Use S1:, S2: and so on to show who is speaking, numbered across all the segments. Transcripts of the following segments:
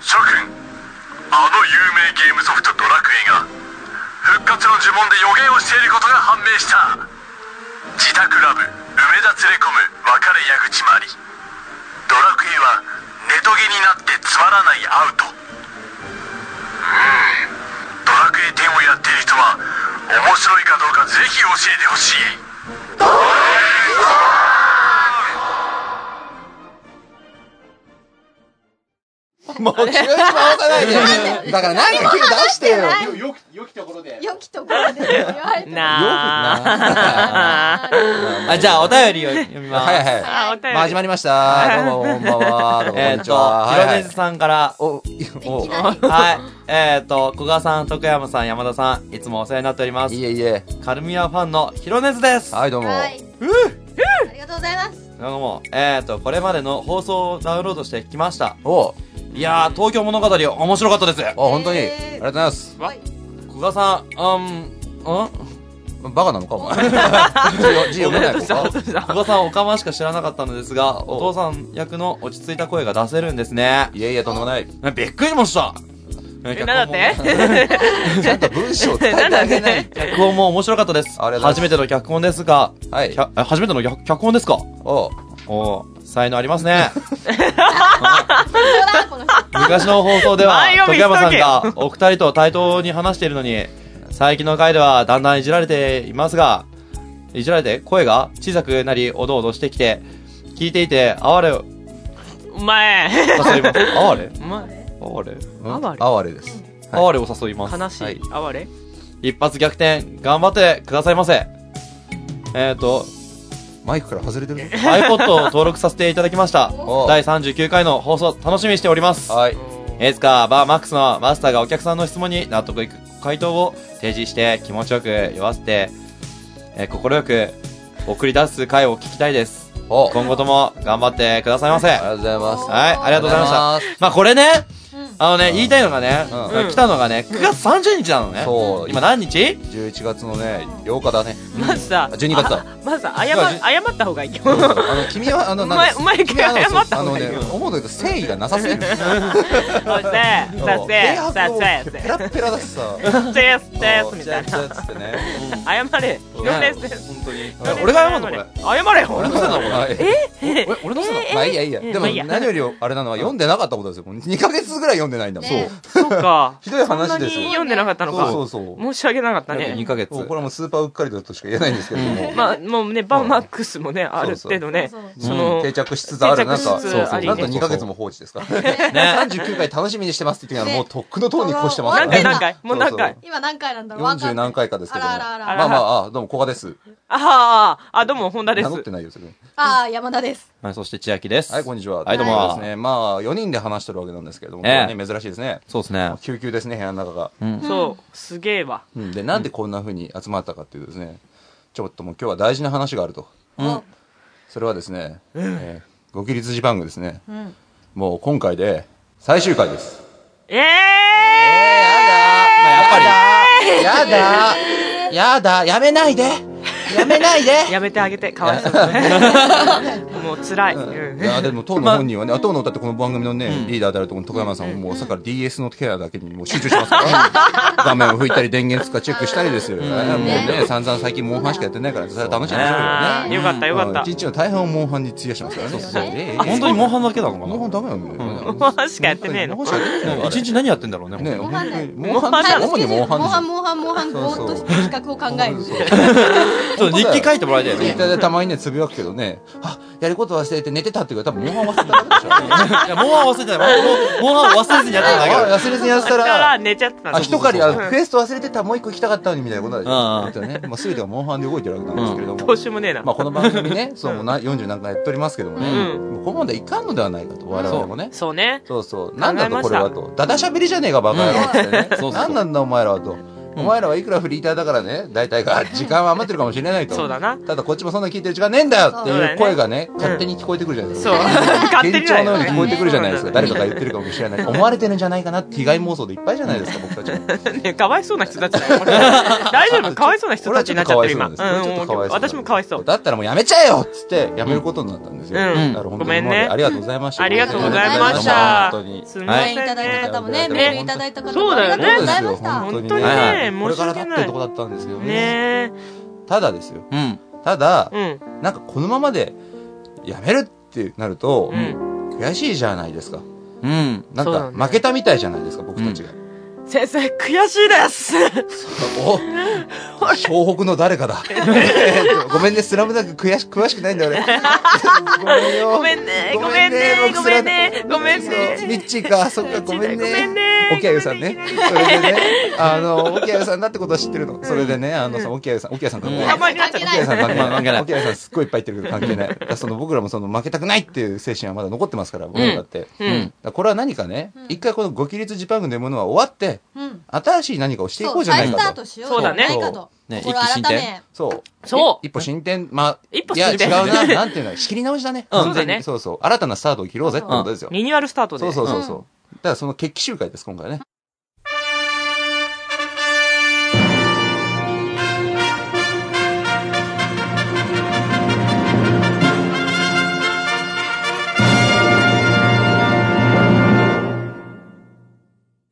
S1: 諸君あの有名ゲームソフトドラクエが復活の呪文で予言をしていることが判明した自宅ラブ梅田連れ込む別れ矢口まりドラクエはネトゲになってつまらないアウトうーんドラクエ10をやっている人は面白いかどうかぜひ教えてほしい
S2: もう急に回さないで。だからなんか急に出してよ。
S3: よよきよきところで
S4: 良きところですよ。はい
S2: な
S4: あー
S5: あ、じゃあお便りを読みます。
S2: はいは
S6: あ、お便
S2: い。
S6: り。
S2: まあ、始まりました。どうも、こんばんは。どうも、こ
S5: え
S2: ん
S5: っ
S2: に
S5: と、
S2: ち
S5: ひ
S2: は。はい
S5: ろ
S2: は
S5: ね
S2: い
S5: ずさんから、
S2: お、
S4: いきなり
S5: はい。えっと、古賀さん、徳山さん、山田さん、いつもお世話になっておりま
S2: お、い
S5: す。
S2: えいえ。
S5: カルミアファンのひろねずです。
S2: はい、どうも。
S4: はい。ありがとうございます。
S5: どうも、えっと、これまでの放送をダウンロードして聞きました。
S2: お、あ、
S5: いやー、東京物語面白かったです。
S2: 本当に。あ
S4: え
S2: り
S4: ー
S2: がとうございます。
S6: わ
S4: はい
S5: 古賀さん、 うん、うん
S2: バカなのか、お前。字読めないのか。
S5: お子さんおかましか知らなかったのですが、お父さん役の落ち着いた声が出せるんですね。
S2: いえいえ、とんでも ない。
S5: びっくりしましたなん
S6: え、なんだって
S2: ちゃんと文章伝えてあげない。
S5: 脚本も面白かったです。
S2: ありがとう
S5: 初
S2: ございます
S5: めての脚本ですが、
S2: はい
S5: き。ゃえ初めての脚脚本ですか
S2: お、
S5: おー才能ありますね。
S4: そうだなこの人。
S5: 昔の放送では
S6: 前、読
S5: 徳
S6: みしと
S5: 山さん
S6: け
S5: がお二人と対等に話しているのに、最近の回ではだんだんいじられていますが、いじられて声が小さくなり、おどおどしてきて、聞いていて、あわれを、
S6: お前。
S5: 誘 います。あわれ
S6: お前。
S5: あわれ
S6: 哀れ
S2: 哀れです。はい
S5: 哀れを誘います。
S6: 悲しい。哀れ
S5: 一発逆転、頑張ってくださいませ。えっ、ー、と、
S2: マイクから外れてる
S5: iPod を登録させていただきました。
S2: お
S5: 第39回の放送、楽しみにしております。
S2: はい。
S5: いつか、バーマックスのマスターがお客さんの質問に納得いく回答を提示して、気持ちよく酔わせて、えー、心よく送り出す回を聞きたいです。
S2: お、あり
S5: 今後とも頑張ってくださいませ。
S2: がと
S5: は
S2: うございます。
S5: い、ありがとうございました。
S2: し
S5: まあこれね、
S4: うん
S5: あのね、言いたいのがね、
S2: うん
S5: 来たのがね、9月30日なのね。
S2: そう
S5: 今何日
S2: 11月のね、8日だね。
S6: まずさ
S2: あ、12月だ。
S6: まずさ、謝、謝った方がいいよ。
S2: あの、君は、あの、なんだ
S6: うまい
S2: 君はあの
S6: うまい謝った
S2: あ
S6: 方
S2: の
S6: がいい
S2: ね
S6: よ、
S2: 思うんだけど、誠意がなさすぎる。
S6: させ、させ、させ、
S2: ペ
S6: さ
S2: ラペラだしさ。
S6: せ、せ、せ、みたい
S2: そう
S6: な。
S2: つってね。
S6: 謝れ。
S5: ね
S6: よせ、せ。
S5: 本当に。俺が謝るのこれ。
S6: 謝れ、ほ
S5: 俺
S6: ん
S5: のせいなのこれ。
S2: え
S5: 俺俺のせいなの
S2: まあいいやいいや。
S6: え
S2: でも
S6: まあいいや
S2: 何よりあれなのは読んでなかったことですよ。もう2ヶ月ぐらい読んでないんだもん。
S4: ね
S6: そうか。
S2: ひどい
S6: そんな
S2: 話
S6: に
S2: ですよ。
S6: 読んでなかったのか。
S2: そうそうそう。
S6: 申し訳なかった
S5: 約
S6: ね
S5: 2。ヶ月。
S2: もうこれはもうスーパーうっかりだとしか言えないんですけども。
S6: まあ、もうね、バーマックスもね、ある程度ね、
S4: そうそう
S6: その、
S2: 定着しつつある。なんか、
S6: 定着しつ
S5: つありね
S2: なんと2ヶ月も放置 ですから。
S5: ね。
S2: 39回楽しみにしてますって時にはもうとっくのとうに越してますか
S6: 何
S2: ら
S6: 回
S2: ね。
S6: 何回もう何回
S4: 今何回なんだろう。わかんな
S2: 40
S4: い
S2: 何回かですけども。
S4: あらあらあら
S2: まあまあ、あどうも、古賀です。
S6: ああ、あ、どうも、本田で
S2: 名
S6: す
S2: 乗。ってないよ、それ。
S4: ああ山田です。
S5: はい、そして千秋です。
S2: はい、こんにちは。
S5: はいどうも
S2: といことですね。まあ、4人で話してるわけなんですけども、
S5: ええ
S2: ね珍しいですね。
S5: そうですね。
S2: 救急ですね、部屋の中が。
S6: そう、すげえわ。
S2: うんで、なんでこんな風に集まったかっていうとですね、ちょっともう今日は大事な話があると。
S4: お
S2: それはですね、えーご起立時番組ですね。
S4: ん
S2: もう今回で最終回です。
S6: え
S5: まあ、
S2: え
S6: え
S5: やっぱり、
S2: やだやだやだやめないでやめないで
S6: やめてあげて、かわいそうだね。 もう辛い。うん
S2: いやでも当の本人はね、あ、当の歌ってこの番組のね、リーダーであるとこの徳山さんはもう朝から DS のケアだけにもう集中してます から、画面を拭いたり電源使っチェックしたりですよ。もうね、散々最近モンハンしかやってないから、それは楽しいでしょう
S6: あーよかった、よかった
S2: うん一。日の大半をモンハンに費やしてますからね。そうそう。ええ
S5: 本当にモンハンだけなのか
S2: モンハン
S5: な
S2: ダメなんだよね。
S6: モンハンしかやってねえの
S2: モンハンしかやってねえの。あれ
S5: 一日何やってんだろうね、
S2: ね
S5: 本
S2: 本
S4: ンハン
S2: 当
S4: だよ
S2: にモンハンだ
S4: はい
S2: 主にモンハン
S4: モンハン
S2: で
S4: モンハンモンハン
S2: そう
S4: ぼ
S2: そう
S4: ーっとして企画を考える。
S5: 当にちょっと日記書いてもらいたい
S2: すよ。ツイ
S5: ね
S2: ッ。ターでたまにね、つぶやくけどね、あ、やること忘れて寝てたっていうから多分モンハン忘れたんでしょ うね。
S5: いや、モンハン忘れてない。モンモンハン忘れずにやってただけだ
S2: 忘れずにやっ
S6: そ
S2: て
S6: した
S2: たら
S6: ら、、寝ちゃってた
S2: あ、
S6: の。
S2: 一狩り、あ、クエスト忘れてた、もう一個行きたかったのにみたいなことなんですよ。
S5: う
S2: ね。まあ、すべてがモンハンで動いてるわけなんですけれども。
S6: どうしようもねえな。
S2: まあ、この番組ね、そう、もうな40何回やっておりますけどもね、
S6: うん
S2: もうここまでいかんのではないかと、我々もね。
S6: そうね。
S2: そうそう。
S6: ま
S2: な
S6: した
S2: んだと、これはと。だだしゃべりじゃねえか、バカ野郎ってね。
S5: んそうそう
S2: なんなんだ、お前らはと。お前らはいくらフリーターだからね、大体が、時間は余ってるかもしれないと。
S6: そうだな
S2: ただこっちもそんな聞いてる時間ねえんだよっていう声がね、勝手に聞こえてくるじゃないです
S6: そう。
S2: か。 幻
S6: 勝手にだ
S2: 聴の
S6: よ
S2: ように聞こえてくるじゃないですか。誰か
S6: ね
S2: が言ってるかもしれない。思われてるんじゃないかなって被害妄想でいっぱいじゃないですか、僕たちは。
S6: ねかわいそうな人たちだよ。 これ大丈夫かわいそうな人
S2: 俺
S6: た
S2: は
S6: ち
S2: ちょっ
S6: にな
S2: とか
S6: っちゃっ
S2: わ
S6: て
S2: い
S6: る
S2: そうなん
S6: 今。う
S2: ですよ。
S6: ん
S2: ちょっとかわいそうなん
S6: うん、
S2: です
S6: 私もかわいそう。
S2: だったらもうやめちゃえよっつって、やめることになったんですよ。
S6: うん
S2: だから本当に今までありがとうございました。
S6: ありがとうございまし
S2: 本
S6: た。
S2: 当に。
S6: すみま
S4: ご
S6: せ
S4: 縁い
S6: ん
S4: ただい
S6: ね
S4: た。方も
S2: ね
S4: ね、メールいただいた方
S6: そ
S4: も
S6: う
S4: あ
S6: だ
S4: り
S6: よ
S4: が
S6: ね
S4: とうございま
S2: そうで
S4: し
S2: すよ
S4: た。
S2: 本当に
S6: 本当に
S2: ね
S5: はい
S6: ね、
S2: これ
S6: 申し
S2: からだ
S6: 訳
S2: って
S6: ない
S2: と。こだったんですよね。
S6: ね
S2: ただですよ。
S5: うん。
S2: ただ、
S6: え。
S2: なんかこのままでやめるってなると
S6: うん。う、ん。
S2: 悔しいじゃないですか。
S5: うん。
S2: なん
S6: そうだ
S2: か
S6: ね
S2: 負けたみたいじゃないですか、僕たちが。
S6: 先生、悔しいです。
S2: お湘北の誰か だ。ごめんね、スラムダンク悔し詳しくないんだ俺。ごめんよ。
S6: ごめんね、ごめんね、
S2: 僕
S6: ご
S2: スラ
S6: め
S2: ム
S6: んね、ごめん
S2: そうミ
S6: ね。
S2: ッチーか、そっか、ごめん
S6: ごめんね
S2: ね。沖合さんね。それでね、あの、沖合さんだってことは知ってるの。それでね、あの、その沖合さん、沖合さんか
S5: うん
S2: ら
S6: たまになっちゃった
S4: 関係
S2: さん関係
S5: まあ関係
S2: な。
S5: ないい
S2: 沖合さんすっごいいっぱい言ってるけど関係 ない。だからその僕らもその負けたくないっていう精神はまだ残ってますから、僕らだって。だか
S6: うん。
S2: らこれは何かね、一回このご起立ジパングのものは終わって、
S4: うん。
S2: 新しい何かをしていこ
S4: そうう、
S2: じゃな
S4: 再
S2: い
S4: スタ
S2: か
S4: ー
S2: と
S4: ト。しよう
S6: そう
S4: じゃ
S6: だね
S4: ないかと。
S5: ね
S4: これを
S5: 一気進
S4: 改
S5: 展
S4: め。
S2: そう。
S6: そう
S2: 一歩進展、まあ、
S6: 一歩
S2: いや、
S6: 進
S2: 違う
S6: 展
S2: な。 なんていうの仕切り直しだね。
S5: うん
S2: 完全に
S6: そ
S2: そうそう。新たなスタートを切ろうぜってことですよ。
S6: リニューアルスタートで。
S2: そうそうそうそう。だからその決起集会です、今回ね。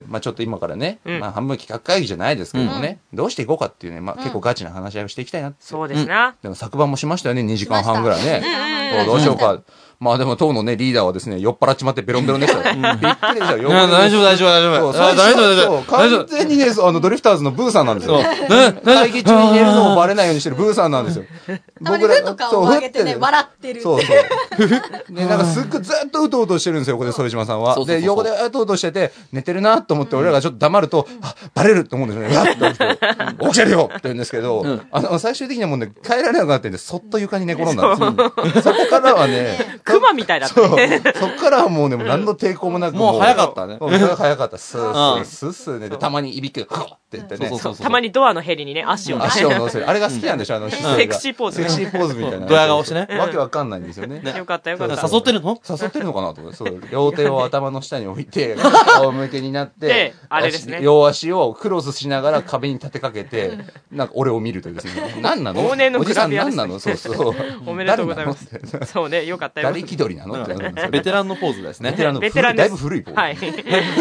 S2: まあちょっと今からね、
S6: うん
S2: まあ半分企画会議じゃないですけどもね、どうしていこうかっていうね、まあ結構ガチな話し合いをしていきたいなって。
S6: そうですな。
S2: でも昨晩もしましたよね、2時間半ぐらいね。
S6: うん
S2: そうどうしようか。まあでも、党のね、リーダーはですね、酔っ払っちまってベロンベロンでしたよ。びっくりでしたよ。
S5: 大丈夫、大丈夫、大丈
S2: そう
S5: 夫。大丈夫、大
S2: そう
S5: 丈夫。大丈
S2: 完全にね、あの、ドリフターズのブーさんなんですよ。
S5: 夫。
S2: 会議中に寝るのもバレないようにしてるブーさんなんですよ。
S4: たまにふと顔を上げてね、
S2: そう
S4: 笑ってる。
S2: そ うそう。ね、なんかすっごいずっとうとうとしてるんですよ、ここで副島さんは
S5: そう。そうそうそう
S2: で、横でうとうとしてて、寝てるなと思って、俺らがちょっと黙ると、あ、バレるって思うんですよね。うわ っと起きて、起きてるよって言うんですけど、
S5: ん
S2: あの、最終的にはもうね、帰られなくなってんで、そっと床に寝転んだんですよ。そこからは ね、
S6: クマみたいだった
S2: そう。そっからはもうね、もう何の抵抗もなく。
S5: もう早かったね
S2: うん早かった。スース
S5: う
S2: ー、
S5: ん
S2: スースーね。でたまにいびきが、ふわって言ってね。
S5: そうそうそう。
S6: たまにドアのヘリにね、足をね。
S2: 足を乗せる。あれが好きなんでしょ、あの姿勢が
S6: セクシーポーズ
S2: セクシーポーズみたいな。
S5: ドヤ顔してね
S2: わけわかんないんですよね。
S6: よかったよかっ
S2: そ
S6: た
S2: う。
S5: 誘ってるの
S2: 誘ってるのかなと思って、 そう、両手を頭の下に置いて、仰向けになって、
S6: であれですね
S2: 足両足をクロスしながら壁に立てかけて、なんか俺を見るというですね、 何なの
S6: 往年の
S2: おじさん
S6: グラビ
S2: 何
S6: ア
S2: なの
S6: です
S2: そう
S6: ね
S2: そう。
S6: おめでとうございます
S2: 誰なのって
S6: そうね、よかったよ
S2: 誰
S6: かった。
S2: 気取りなのってなるんですよ
S5: ベテランのポーズですね。
S2: ベテランの
S6: ベテランです
S2: だいぶ古いポーズ
S6: はい。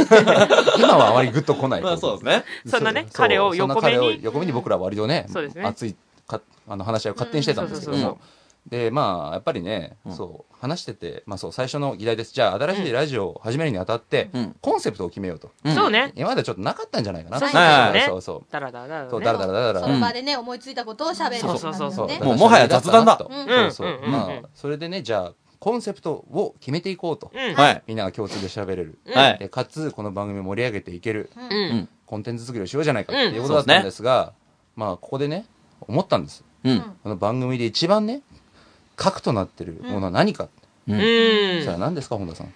S2: 今はあまりグッと来ない。
S5: まあそうですね。
S6: そんなね、彼を横目
S2: そんな彼を
S6: に。
S2: 横目に僕らは割とね、
S6: そうですね
S2: 熱いかあの話し合いを勝手にしてたんですけど
S6: うんそうそう
S2: も。で、まあ、やっぱりね、そう、話してて、まあそう、最初の議題です。じゃあ、新しいラジオを始めるにあたって、
S5: うん
S2: コンセプトを決めようと。
S5: うん
S6: そうね。
S2: 今まではちょっとなかったんじゃないかな。
S4: そう
S5: そう
S6: ね
S2: そうそう。
S6: だらだらだら。
S2: そう、だらだらだらだ
S4: そ
S2: ら。
S4: の場でね、思いついたことを喋る。
S6: そうそうそう
S2: そ
S6: そう
S2: う
S4: ね
S5: もうもはや雑談だ
S2: と
S4: うん
S2: そうそう
S6: うんうんうんう。ん
S2: まあ、それでね、じゃあ、コンセプトを決めていこうと。
S6: うん。
S5: はい。
S2: みんなが共通で喋れる。
S5: はい
S2: でかつ、この番組を盛り上げていける。
S6: うん。
S2: コンテンツ作りをしようじゃないかっ
S6: うん
S2: ていうことだったんですが、まあここでね思ったんです
S5: うん。
S2: この番組で一番ね核となってるものは何か、
S6: うん
S2: それ。は何ですか本田さん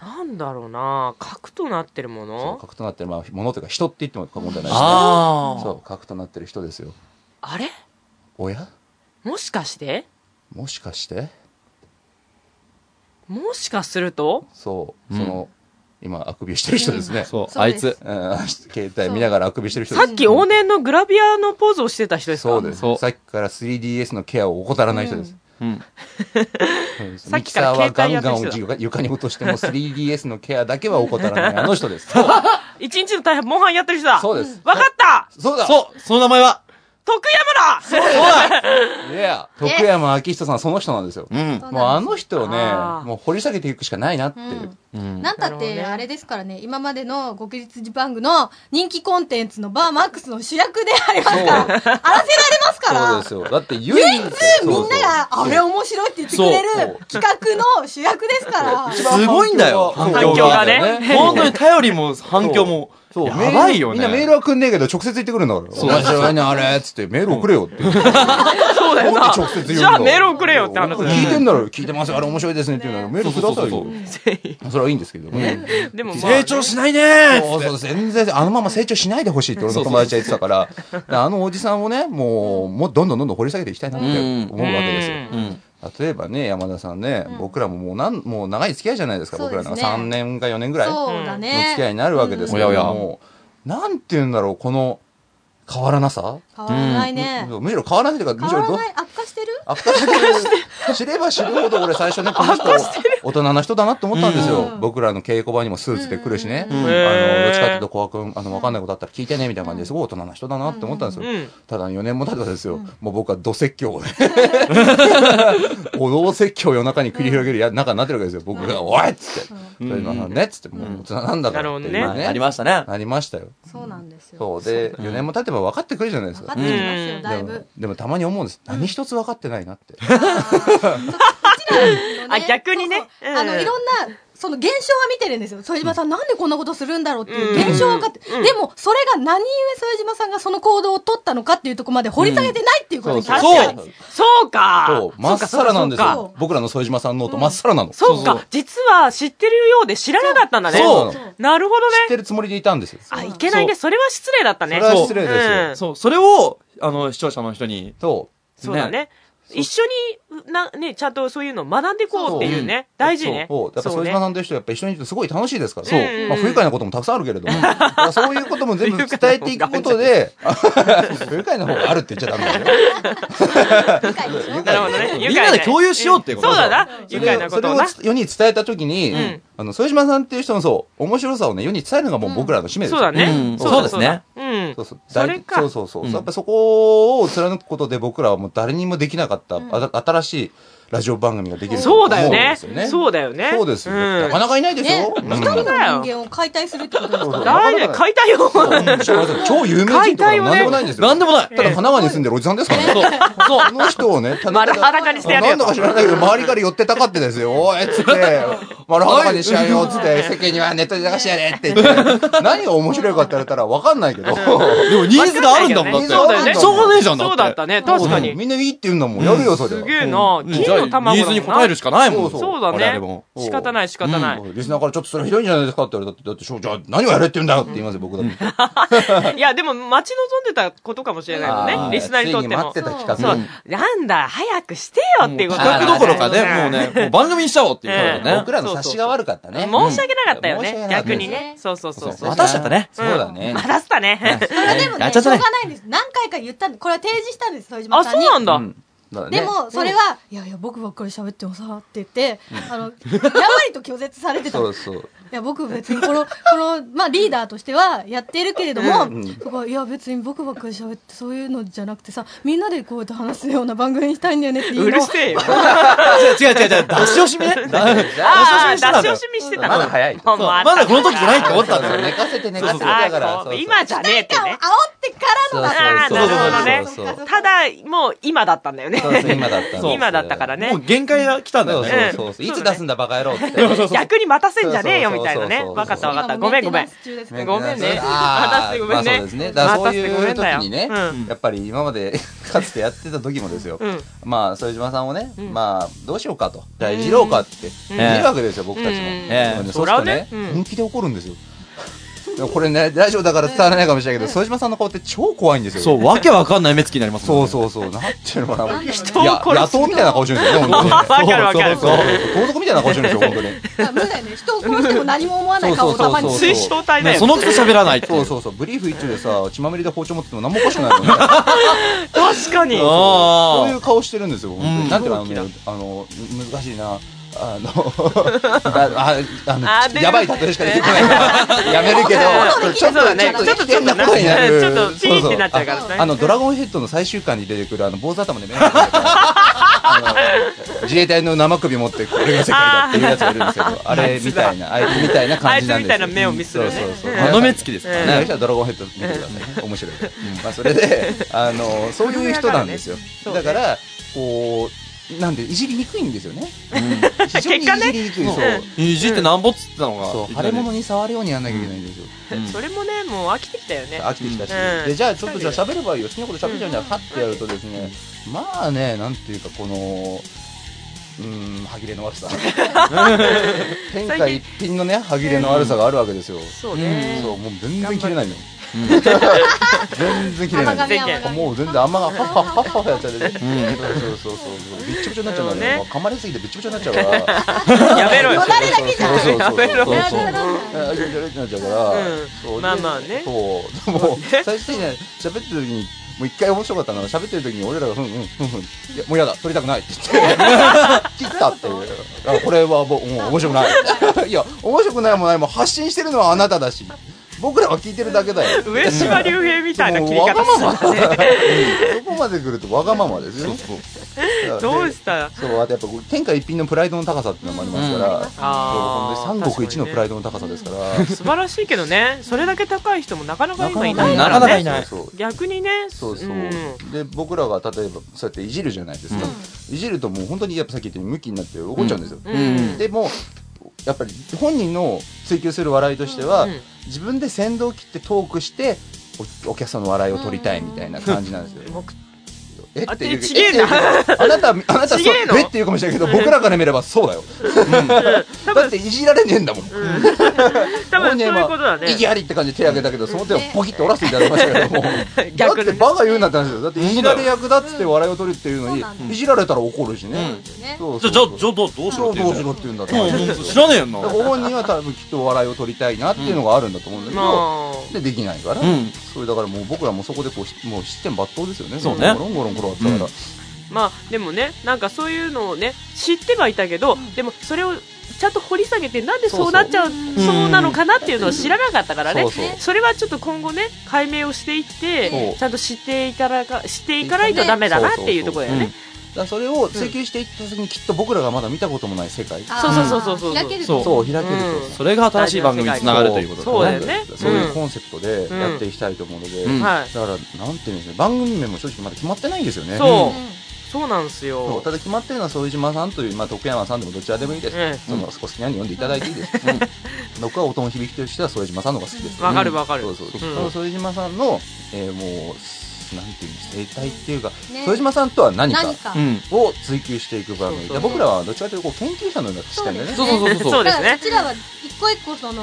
S6: なんだろうな核となってる
S2: そう
S6: もの
S2: 核となってる、まあ、ものというか人って言っても過言じゃないです
S5: ああ。
S2: そう核となってる人ですよ
S6: あれ
S2: おや
S6: もしかして
S2: もしかして
S6: もしかすると
S2: そうその、今あくびしてる人ですね
S5: そう、
S4: そう
S5: あいつ。
S2: うん 携帯見ながらあくびしてる人
S6: さっき往年のグラビアのポーズをしてた人ですか
S2: そうです
S5: そう
S2: さっきから 3DS のケアを怠らない人です、
S5: うん。
S2: うん
S6: さっ
S2: ミキ
S6: き
S2: サ
S6: から
S2: ーは
S6: 携
S2: ガ
S6: 帯や
S2: ン
S6: って
S2: ガ
S6: る
S2: ン
S6: 人だ
S2: を床床に落としても 3DS のケアだけは怠らないあの人です
S6: 一日の大半、モンハンやってる人だ
S2: そうです
S6: わかった
S2: そうだ
S5: そう、その名前は
S6: 徳山だ
S5: そうだ
S2: いや、徳山明人さん、その人なんですよ。
S5: うん。
S2: もうあの人をね
S6: あー、
S2: もう掘り下げていくしかないなっていう。
S4: うん
S5: うん。
S4: なんたって、あれですからね、今までのご起立ジパングの人気コンテンツのバーマックスの主役でありますから、あらせられますから、
S2: そうですよ。だって唯一、
S4: みんなが、あれ面白いって言ってくれ
S2: そう
S4: る企画の主役ですから、
S5: すごいんだよ、
S2: 反
S5: 反
S6: 響が
S5: 響がね。本当に頼りも反響も、
S2: そう、
S5: やばいよね
S2: メールみんなメールはくんねえけど、直接言ってくるんだから。
S5: そう
S2: 面白いね、あれっつって、メール送れよ って。
S6: そうだ
S2: な
S6: よ
S2: ん
S6: な
S2: で直接言うんだ
S6: じゃあメール送れよって話だよ
S2: 聞いてんだろ、聞いてますよ、あれ面白いですねっていうなら、メールくださいよ。それはいいんですけどね。
S6: でもまあ
S5: 成長しないねー
S2: そうそう、全然、あのまま成長しないでほしいって俺の友達は言ってたから、だからあのおじさんをね、もう、もうどんどんどんどん掘り下げていきたいなって思うわけですよ。
S5: うん。
S2: 例えばね、山田さんね、僕らももうなん、もう長い付き合いじゃないですか、
S4: そう
S2: 僕
S4: です
S2: ら
S4: ね
S2: なんか3年か4年ぐらいの
S4: そうだね。
S2: 付き合いになるわけですけど
S5: おやおや
S2: もう、なんて言うんだろう、この、変わらなさ
S4: 変わらないね。
S2: むしろ変わらないというか、むし
S4: 変
S2: ろど
S4: わらない、悪化してる
S2: 悪化してる知れば知るほど俺最初ね、この人、大人な人だなって思ったんですよ。
S4: うん
S2: 僕らの稽古場にもスーツで来るしね。
S5: ん
S2: あの、
S6: へー
S2: どっちかっていうと、小悪君、あの、わかんないことあったら聞いてね、みたいな感じですごい大人な人だなって思ったんですよ。
S6: うん
S2: ただ4年も経ってたんですよ。もう僕は土説教をね。お堂説教を夜中に繰り広げるや中になってるわけですよ。僕が、おいっつって。そういうのね、っつって、もう大人なんだからっていう。
S6: なるほどね
S5: ありましたね。
S2: なりましたよ。
S4: そうなんですよ。
S2: そう。で、4年も経てば分かってくるじゃないです
S4: 分
S2: か
S4: かっ。てきますよ、だい
S2: でも
S4: ぶ。
S2: でもたまに思うんです。何一つ分かってないなって。
S6: あ逆にね
S4: そうそうあ
S6: う
S4: の、
S6: ん
S4: いろんな、その現象は見てるんですよ。副島さん、なんでこんなことするんだろうっていう現象は分かって。でも、それが何故副島さんがその行動を取ったのかっていうところまで掘り下げてないっていうことに気づ
S5: 確
S4: い
S5: か
S4: た
S5: に
S4: ん
S5: そ
S4: で
S5: う
S4: すよ。
S6: そうか
S2: そう、まっさらなんです
S6: そうか
S2: よ。僕らの副島さんのノート、まっさらなの。知
S6: そうか、実は知ってるようで知らなかったんだね。
S5: そう
S2: そう
S6: なるほど
S2: って
S6: ね。
S2: るつもりでいたんですよ。
S6: あ、いけないね。それは失礼だったね。
S2: それは失礼ですよ
S6: うん
S5: そう、それを、あの、視聴者の人に。
S2: と、
S6: そうだね。一緒に、な、ね、ちゃんとそういうのを学んでいこうっていうね。大事ね。
S2: そう、だから副島
S6: ね。
S2: さんという人、やっぱ一緒にいるとすごい楽しいですから。
S5: そう
S6: うん
S2: まあ、不愉快なこともたくさんあるけれども。だから そういうことも全部伝えていくことで、不愉快な方があるって言っちゃダメだよ。
S4: 理解でしょ
S6: なるほどね。
S5: みんなで共有しようっていうこと
S6: そうだな。
S2: そ
S6: 愉
S2: れ
S6: 快
S2: を
S6: な
S2: そ
S6: こ
S2: れ
S6: とを
S2: を
S6: な。
S2: 世に伝えたときに、
S6: ん
S2: あの、副島さんっていう人のそう、面白さをね、世に伝えるのがもう僕らの使命です
S6: そ
S2: よ
S5: う
S6: うだね
S5: ん。
S6: だ
S5: そうですね。
S6: だうん
S2: そう。そう。
S6: それか
S2: そうそうそう。やっぱそこを貫くことで僕らはもう誰にもできなかった、あた新しいラジオ番組ができると思う
S6: そ
S2: ん
S6: うだよ
S2: で
S6: ね。
S2: すよね。
S6: そうだよね。
S2: そうですよ。
S6: ん
S2: なかなかいないでしょ
S4: ね、二人の人間を解体するってことですから。
S6: 誰だよ、買いたいよ。
S2: うんしかも超有名人とかでも何でもないんですよ。
S5: なんでもない。
S2: ただ神奈川に住んでるおじさんですからね。
S5: そう、そう
S2: そ。の人をね、ただ
S6: 丸裸にしてやる
S2: な
S6: よ
S2: んだ
S6: と。
S2: か知らないけど、周りから寄ってたかってですよ。おいっつって、 丸裸にしちゃうよっつって、世間にはネットで流してやれって言って、何が面白いかって言われたらわかんないけど、
S5: でもニーズがあるんだもん、
S2: わかん
S5: だ
S2: な
S5: っ
S2: い
S5: て。
S2: けどね
S5: しょうがねえじゃん、だって。
S6: そうだったね。確か
S2: う
S6: に
S2: ん。みんないいって言うんだもん。やるよ、それ
S6: す
S2: は。
S6: げえな。
S5: うん
S6: 金の卵だもんな。
S5: ニーズに応えるしかないもん。
S2: そう
S6: そうだ
S5: 我
S6: ね
S5: 々も。
S2: うん
S6: 仕方ない、仕方ない。
S2: リスナーからちょっとそれひどいんじゃないですかって言われたって、だって、しょうじゃあ何をやれって言うんだよって言いますよ、僕だって。
S6: いや、でも、待ち望んでたことかもしれない
S2: あ
S6: も
S2: ー
S6: んね。リスナーにとって
S2: つい待っ
S6: も
S2: て。た企
S6: そ
S2: 画
S6: う。なんだ、早くしてよっていうこと
S5: 企画どころかね、
S6: ん
S5: もう ね、もう番組にしちゃおうっていうこと
S6: うん
S5: だ
S2: 僕
S5: ね。
S2: らの察しが悪かったね。
S6: 申し訳なかったよ
S2: うん
S6: ね。
S2: 申し訳なかった
S6: 逆にね。そうそうそうそう。
S5: 渡しちゃったね。
S2: そうだね。
S6: まだしたね。
S4: それはでも
S5: やっ
S4: ね、
S5: ちゃっ
S4: し
S5: た
S4: ょう
S5: ね
S4: がないんです。何回か言ったんでこれは提示したんです、副島
S6: あ、
S4: さ
S6: そ
S4: ん
S6: う
S4: に。
S6: なんだ。
S2: だね
S4: でも、それは、いやいや、僕ばっかり喋ってもさ、って言って、あの、やばりと拒絶されてた
S2: そ
S4: の
S2: う。そう。
S4: いや、僕別にこの、 この、まあリーダーとしてはやっているけれども、そこはいや別に僕ばっかり喋ってそういうのじゃなくてさ、みんなでこうやって話すような番組にしたいんだよねっていう
S6: う
S4: の
S6: る
S4: を
S6: せえよ。
S5: 違う違う違う、出し惜しみね。出し惜し み
S6: ああ、
S5: し
S6: 出
S5: てたん
S6: し
S5: だよ
S6: 惜。しみしてた
S2: まだ早い。
S6: もう
S5: そう
S6: もう
S5: まだこの時じゃない って思ったんだよね。
S2: 寝かせて寝かせてだから。
S6: あ
S2: そ
S6: ー
S2: う
S6: こ
S2: そうう
S6: 今じゃねえってね。
S4: 煽ってからのだから
S6: ああ、
S2: そうそ
S6: な
S2: うそう
S6: るほどね
S2: そうそうそ。
S6: ただ、もう今だったんだよね。
S2: そうそう今だったんですよ
S6: 今だったからね
S5: もう限界が来たんだ
S2: そ
S5: よ
S2: う
S5: ね。
S2: そうそう。
S6: うん
S2: いつ出すんだバカ野郎って。
S6: 逆に待たせんじゃねえよ
S2: そうそうそう
S6: みたい
S2: そう
S6: なね。
S2: そう
S6: わかったわかった。ごめんごめん。ごめんね。
S2: あ
S6: 待
S2: ー
S6: たせてごめん
S2: まあ
S6: ね。
S2: そうですね。だからそう
S6: 待たせて
S2: い
S6: ご
S2: う
S6: め
S2: ん時
S6: だよ
S2: にね
S6: うん、
S2: やっぱり今まで かつてやってた時もですよ
S6: うん。
S2: まあ、副島さんをね、まあ、どうしようかと。じゃあ、いじろうかって言るわけですよ、僕たちも。
S5: ええ
S2: でもそ
S6: そうう
S2: する
S6: だ
S2: と
S6: よね
S2: ね、本気で怒るんですよ。でもこれね、ラジオだから伝わらないかもしれないけど、副島さんの顔って超怖いんですよ。
S5: そう、わけわかんない目つきになります
S2: そう
S5: う。
S2: そうそう。なんていうの かな。
S4: なんだろう
S2: 人
S4: ね
S6: を
S2: いや
S6: 殺す
S2: 野党みたいな顔してるんですよね、本当に。
S6: わかるわかる。
S5: そうそう
S2: 盗賊みたいな顔してるんですよ、本当に。
S4: あ無だよね。人を殺しても何も思わない顔をたまに
S2: そうそうそうそう
S4: する。
S6: 水死体だよね。
S5: そのくそ喋らないって
S2: そ
S5: いうう。
S2: そうそう、ブリーフ一丁でさ、血まみれで包丁持ってても何もおかしくないもんね。
S6: 確かに。
S2: そう
S5: あ
S2: いう顔してるんですよ、本当
S5: うん
S2: に。なんていうのあの、あのむ難しいな。あの、 ああ
S6: あ
S2: の、
S6: で
S2: やばい例えしかできない から、やめるけど、ちょっ
S6: そうだね
S2: と、ちょっと危険なことになる、
S6: ちょっとピーってなっちゃうからね
S2: そうそうああの、ドラゴンヘッドの最終巻に出てくる、あの、坊主頭で目が出てくるあの自衛隊の生首持って、これが世界だっていうやつがいるんですけど、あれみたいな、あいつみたいな感じなんですよ
S6: あいつみたいな目を見せるね
S2: そうそうそう
S5: あ。の目つきですから
S2: ね、
S5: ね。
S2: 私はドラゴンヘッド見てください。面白い から。まあ、それで、あの、そういう人なんですよ。
S6: そう
S2: だ
S6: ね
S2: から、こう、なんでいじりにくいんですよ ね。
S5: う
S2: 非常にい
S6: 結果
S2: じ
S6: ね
S2: りにくい。そう。
S5: んいじってなんぼっつってたのが。
S2: そう
S5: いきな
S2: 腫れ
S5: り
S2: 物に触るようにやんなきゃいけないんですよ。
S5: うん
S6: それもねもう飽きてきたよね
S2: 飽きてきたし、
S6: うん
S2: でじゃあちょっとじゃあ喋ればいいよ好きなこと喋っちゃうんじゃパッてやるとですね、まあねなんていうかこのうーん歯切れの悪さ天下一品のね歯切れの悪さがあるわけですよ、
S6: そうね
S2: そうもう全然切れないのよ
S5: うん
S2: 全然切れないの
S4: 甘噛み
S6: 全
S4: 甘
S6: 然
S4: 噛み
S2: もう全然あんまハッハッハッハッハやっちゃってね、
S5: う
S2: そうそうそうそうびっちょびちょになっちゃうの
S6: そうね
S2: ねもう噛まれすぎてびっちょびちょになっちゃうから
S6: やめろよ
S4: よだれだけじゃん
S2: そうそうそう
S6: やめろ
S2: そうそう
S4: やだやだ
S2: あじゃじゃじゃじゃか
S6: うん
S2: ら、そう
S6: まあまあね
S2: そう、でも最終的には喋ってる時に、もう一回面白かったのは、喋ってる時に俺らが、ふんふんふんふん、いやもうやだ、撮りたくないって言 って、切ったっていう。あこれはもう、もう面白くない。 いや、面白くないもないも発信してるのはあなただし、僕らは聞いてるだけだよ。
S6: 上島竜兵みたいな切り
S2: もうわが
S6: 方
S2: まま。
S6: する ね
S2: そこまで来るとわがままですよね。
S6: どうした
S2: そう、あとやっぱ天下一品のプライドの高さっていうのもありますから、そう
S6: あー
S2: ほんで三国一の
S6: 確かにね
S2: プライドの高さですから。
S6: 素晴らしいけどねそれだけ高い人もなかなか今いないか
S5: な
S6: ら
S5: かなかい
S6: ね
S5: ない
S2: そうそう
S6: 逆にね
S2: そうそう、
S6: ん
S2: で僕らが例えばそうやっていじるじゃないですか、いじるともう本当にやっぱさっき言ったように向きになって怒っちゃうんですよ、
S6: うん
S2: でもやっぱり本人の追求する笑いとしては、
S6: うん
S2: 自分で先導を切ってトークしておお客さんの笑いを取りたいみたいな感じなんですよ、
S6: 僕
S2: えっていう
S6: あちげえな
S2: えっていうあなたあなたそう
S6: ちげえの
S2: えっていうかもしれないけど僕らから見ればそうだよ、
S6: 多
S2: だっ
S6: 分
S2: ていじられねえんだもん
S6: 多分そういうことだね
S2: 意義ありって感じで手挙げたけど、その手をボキッと折らせていただきましたけども。
S6: 逆に
S2: だってバカ言うなって話ですよ。だっていじられ役だっつって笑いを取るっていうのに
S4: そうなんだ、
S2: いじられたら怒るしね。
S4: ね
S2: そう
S5: じ
S2: そ
S5: ゃ、
S2: う
S5: じゃ
S2: そう、
S5: じゃ、どうどうしろっ
S2: どう
S5: て
S2: ど
S5: 言う
S2: う
S5: の
S2: しろって言うんだって
S5: もう
S2: 話
S5: も
S2: で
S5: う
S2: す
S5: 知
S2: よ。
S5: らねえよな。
S2: だからご本人は多分きっと笑いを取りたいなっていうのがあるんだと思うんだけど、
S6: まあ
S2: でできないから、
S5: うん
S2: それだからもう僕らもそこでこうしもう失点抜刀ですよね。
S5: そうね
S2: ゴロンゴロン転がってたから。
S6: まあでもねなんかそういうのをね知ってはいたけど、でもそれをちゃんと掘り下げてなんでそうなっちゃうそう
S5: そう
S6: なのかなっていうのを知らなかったからね、
S2: そうそう
S6: それはちょっと今後ね解明をしていっ
S2: そ
S6: て
S2: う
S6: ちゃんと知っていたらか知っていかないとダメだなっていうところだよ
S2: だ
S6: ね。
S2: からそれを追求していった先にきっと僕らがまだ見たこともない世界。
S4: あー
S6: そうそうそうそうそう
S4: 開ける
S5: そう
S2: そう、開けると。
S6: うん
S5: それが新しい番組につながるということ
S6: そうだよね
S2: そう
S6: うん
S2: いうコンセプトでやっていきたいと思うので、
S5: うん
S2: だか
S6: はい、
S2: ら、なんていうんですか、番組名も正直まだ決まってないんですよね。
S6: そう
S4: うん
S6: そうなんです
S2: そ
S6: よ
S2: うただ決まってるのは副島さんという、まあ、徳山さんでもどちらでもいいです、
S6: ええ
S2: そのお好きなように読んでいただいていいです、僕は音の響きとしては副島さんの方が好きです
S6: わかるわかる、
S2: そううんそうその副島さんの、えーもうすなんていうんです生態っていうか、
S4: ね
S2: 副島さんとは何か
S4: 何か
S5: うん。
S2: を追求していく番組
S6: そうそ
S2: で
S6: う
S2: 僕らはどちらかというとこう研究者のような視点でね
S5: そうそうそうそう。
S6: そうですね
S4: だからうちらは一個一個その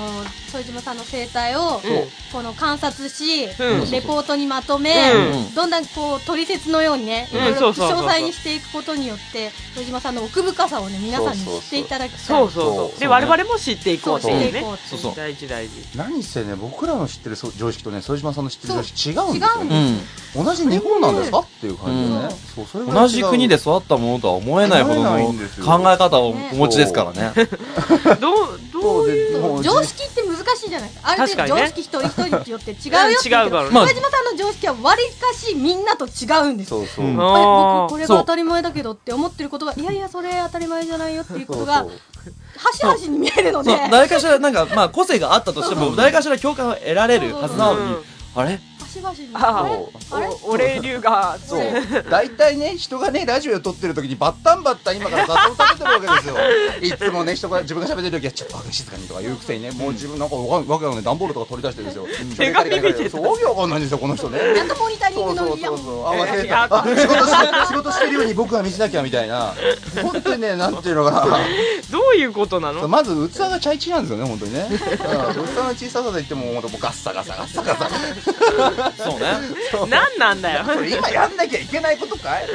S4: 副島さんの生態を
S6: そう
S4: この観察し、
S6: うん
S4: レポートにまとめ、
S5: うん
S4: どんどんこう取説のようにね、
S6: うん
S4: いろいろ
S6: そうそ
S4: 詳
S6: うそうそう
S4: 細にしていくことによって副島さんの奥深さをね皆さんに知っていただきたい
S6: そうそうそう
S2: そ
S6: で
S2: う
S6: 我々も知っていこうって
S4: そう
S6: い
S4: し
S6: う
S4: ていこうっ
S6: ね
S4: てい
S5: そうそう。
S6: 大事大事
S2: 何せね僕らの知ってるそう常識とね副島さんの知ってる常識違うんです
S4: そ
S2: よ
S4: う違う
S5: う
S4: ん
S2: ね
S5: ん。
S2: 同じ日本なんですかっていう感じでね、
S4: うん
S2: そうそれぐら
S5: 同
S2: い違う
S5: じ国で育ったものとは思えないほどの
S2: 思えない
S5: 考
S2: んです
S5: え
S2: よ
S5: 方をお持ちですからね。
S6: どうどういう
S2: そうでもう
S4: 常識って難しいじゃないですかある程
S6: 確か
S4: 度
S6: に
S4: 常
S6: ね
S4: 識一人一人によって違うよって
S6: 違う
S4: 言うけ
S6: から
S4: ど
S6: ね
S5: まあ
S4: 副島さんの常識はわりかしみんなと違うんです
S2: そうそう、
S5: うん
S4: あれ僕これ
S5: そ
S4: が
S5: う
S4: 当たり前だけどって思ってることがいやいやそれ当たり前じゃないよっていうこ
S2: そう
S4: とが
S2: そう
S4: 端々に見えるので
S5: そう、誰かしら、なんか、まあ、個性があったとしても、誰かしら共感を得られるはずなのに、あれ
S4: 端々に
S6: あ
S4: あ
S6: ー
S4: れあれ
S6: お俺流が
S2: そう。大体ね、人がね、ラジオを撮ってる時にバッタンバッタン今から雑草食べてるわけですよ。いつもね、人が自分が喋ってる時は、ちょっと静かにとか言うくせにね、もう自分なんかわわけわかんない段ボールとか取り出してるんですよ。
S6: 手紙見てた
S2: そうわけわかんないんですよ、この人ね。
S4: ちゃんとモニタリン
S2: そ
S4: グ
S2: うそ
S4: の
S2: う
S4: イヤ
S2: そう
S4: ホン
S2: そう慌てて
S6: や
S2: あ仕事し仕事してるように僕は見せなきゃみたいな本当にねなんていうのかな
S6: どういうことな
S2: そう
S6: の
S2: まず器がチャイチなんですよね本当にね、うん、器の小ささで言ってももうもうガッサガサガッサガサみたいな
S5: そうね。
S6: 何なんだよ
S2: それ今やんなきゃいけないことかい